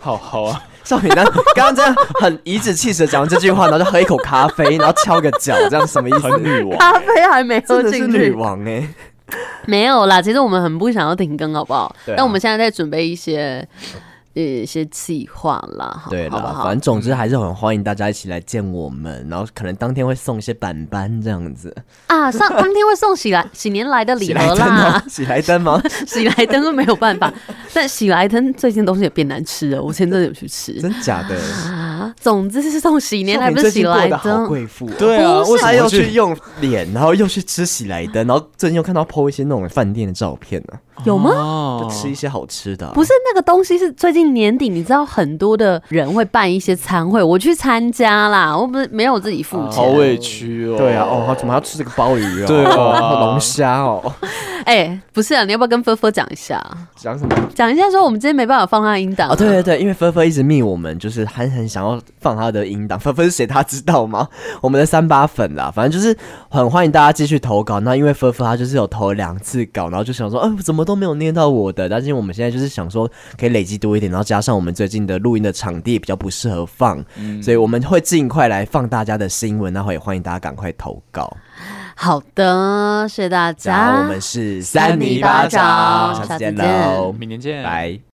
S3: 好好啊，
S2: 少平呢， [laughs] 刚刚真的很颐指气使地讲完这句话，然后就喝一口咖啡，然后敲个脚，这样什么意思？
S3: 很女王。
S1: 咖啡还没喝
S2: 真的是
S1: 进
S2: 女
S1: 去，
S2: 王哎、
S1: 没有啦，其实我们很不想要停更，好不好？
S2: 对啊
S1: 但我们现在在准备一些呃一些计划啦，好
S2: [laughs] 对
S1: 好不
S2: 啦，
S1: 好
S2: 反？正总之还是很欢迎大家一起来见我们，然后可能当天会送一些板板这样子，
S1: 啊，上当天会送喜来喜年来的礼
S2: 喜
S1: 盒
S2: 来登哦吗 [laughs]
S1: 啦，？
S2: 喜来登吗？
S1: [laughs] 喜来登都没有办法，但喜来登最近东西也变难吃了，我前阵子有去吃
S2: 真假的？
S1: 啊。总之是送喜年来，
S2: 你
S1: 不是
S2: 最
S1: 喜
S2: 近过
S1: 来
S2: 得好
S1: 登。
S2: 贵妇哦、
S3: 对啊，
S1: 不是
S3: 为什
S2: 他
S3: 么
S2: 又
S3: 要
S2: 去用脸， [laughs] 然后又去吃喜来登，然后最近又看到 PO 一些那种饭店的照片呢、
S1: 有吗
S2: 就
S3: 哦
S2: [laughs] 吃一些好吃的啊、
S1: 不是那个东西，是最近年底，你知道很多的人会办一些餐会，我去参加啦，我不是没有自己付钱，
S3: 好委屈哦。
S2: 对啊，哦，他怎么还要吃这个鲍鱼哦？
S3: 对啊
S2: 哦 [laughs] 龙虾哦，
S1: 哎、不是啊，你要不要跟菲菲讲一下？
S2: 讲什么？
S1: 讲一下说我们今天没办法放他的音档、啊
S2: 哦，对对对，因为菲菲一直密我们，就是很很想要放他的音档。 [laughs] 菲菲是谁，他知道吗？ [laughs] 我们的三八粉啦，反正就是很欢迎大家继续投稿。那因为菲菲她就是有投两次稿，然后就想说，嗯、怎么都没有念到我的。但是我们现在就是想说，可以累积多一点，然后加上我们最近的录音的场地比较不适合放，所以我们会尽快来放大家的新闻。然后也欢迎大家赶快投稿。
S1: 好的，谢谢大
S2: 然后
S1: 家。
S2: 我们是
S3: 三尼巴掌
S2: 下次
S1: 下次
S2: 见
S1: 见
S2: 喽，
S3: 明年见，
S2: 拜。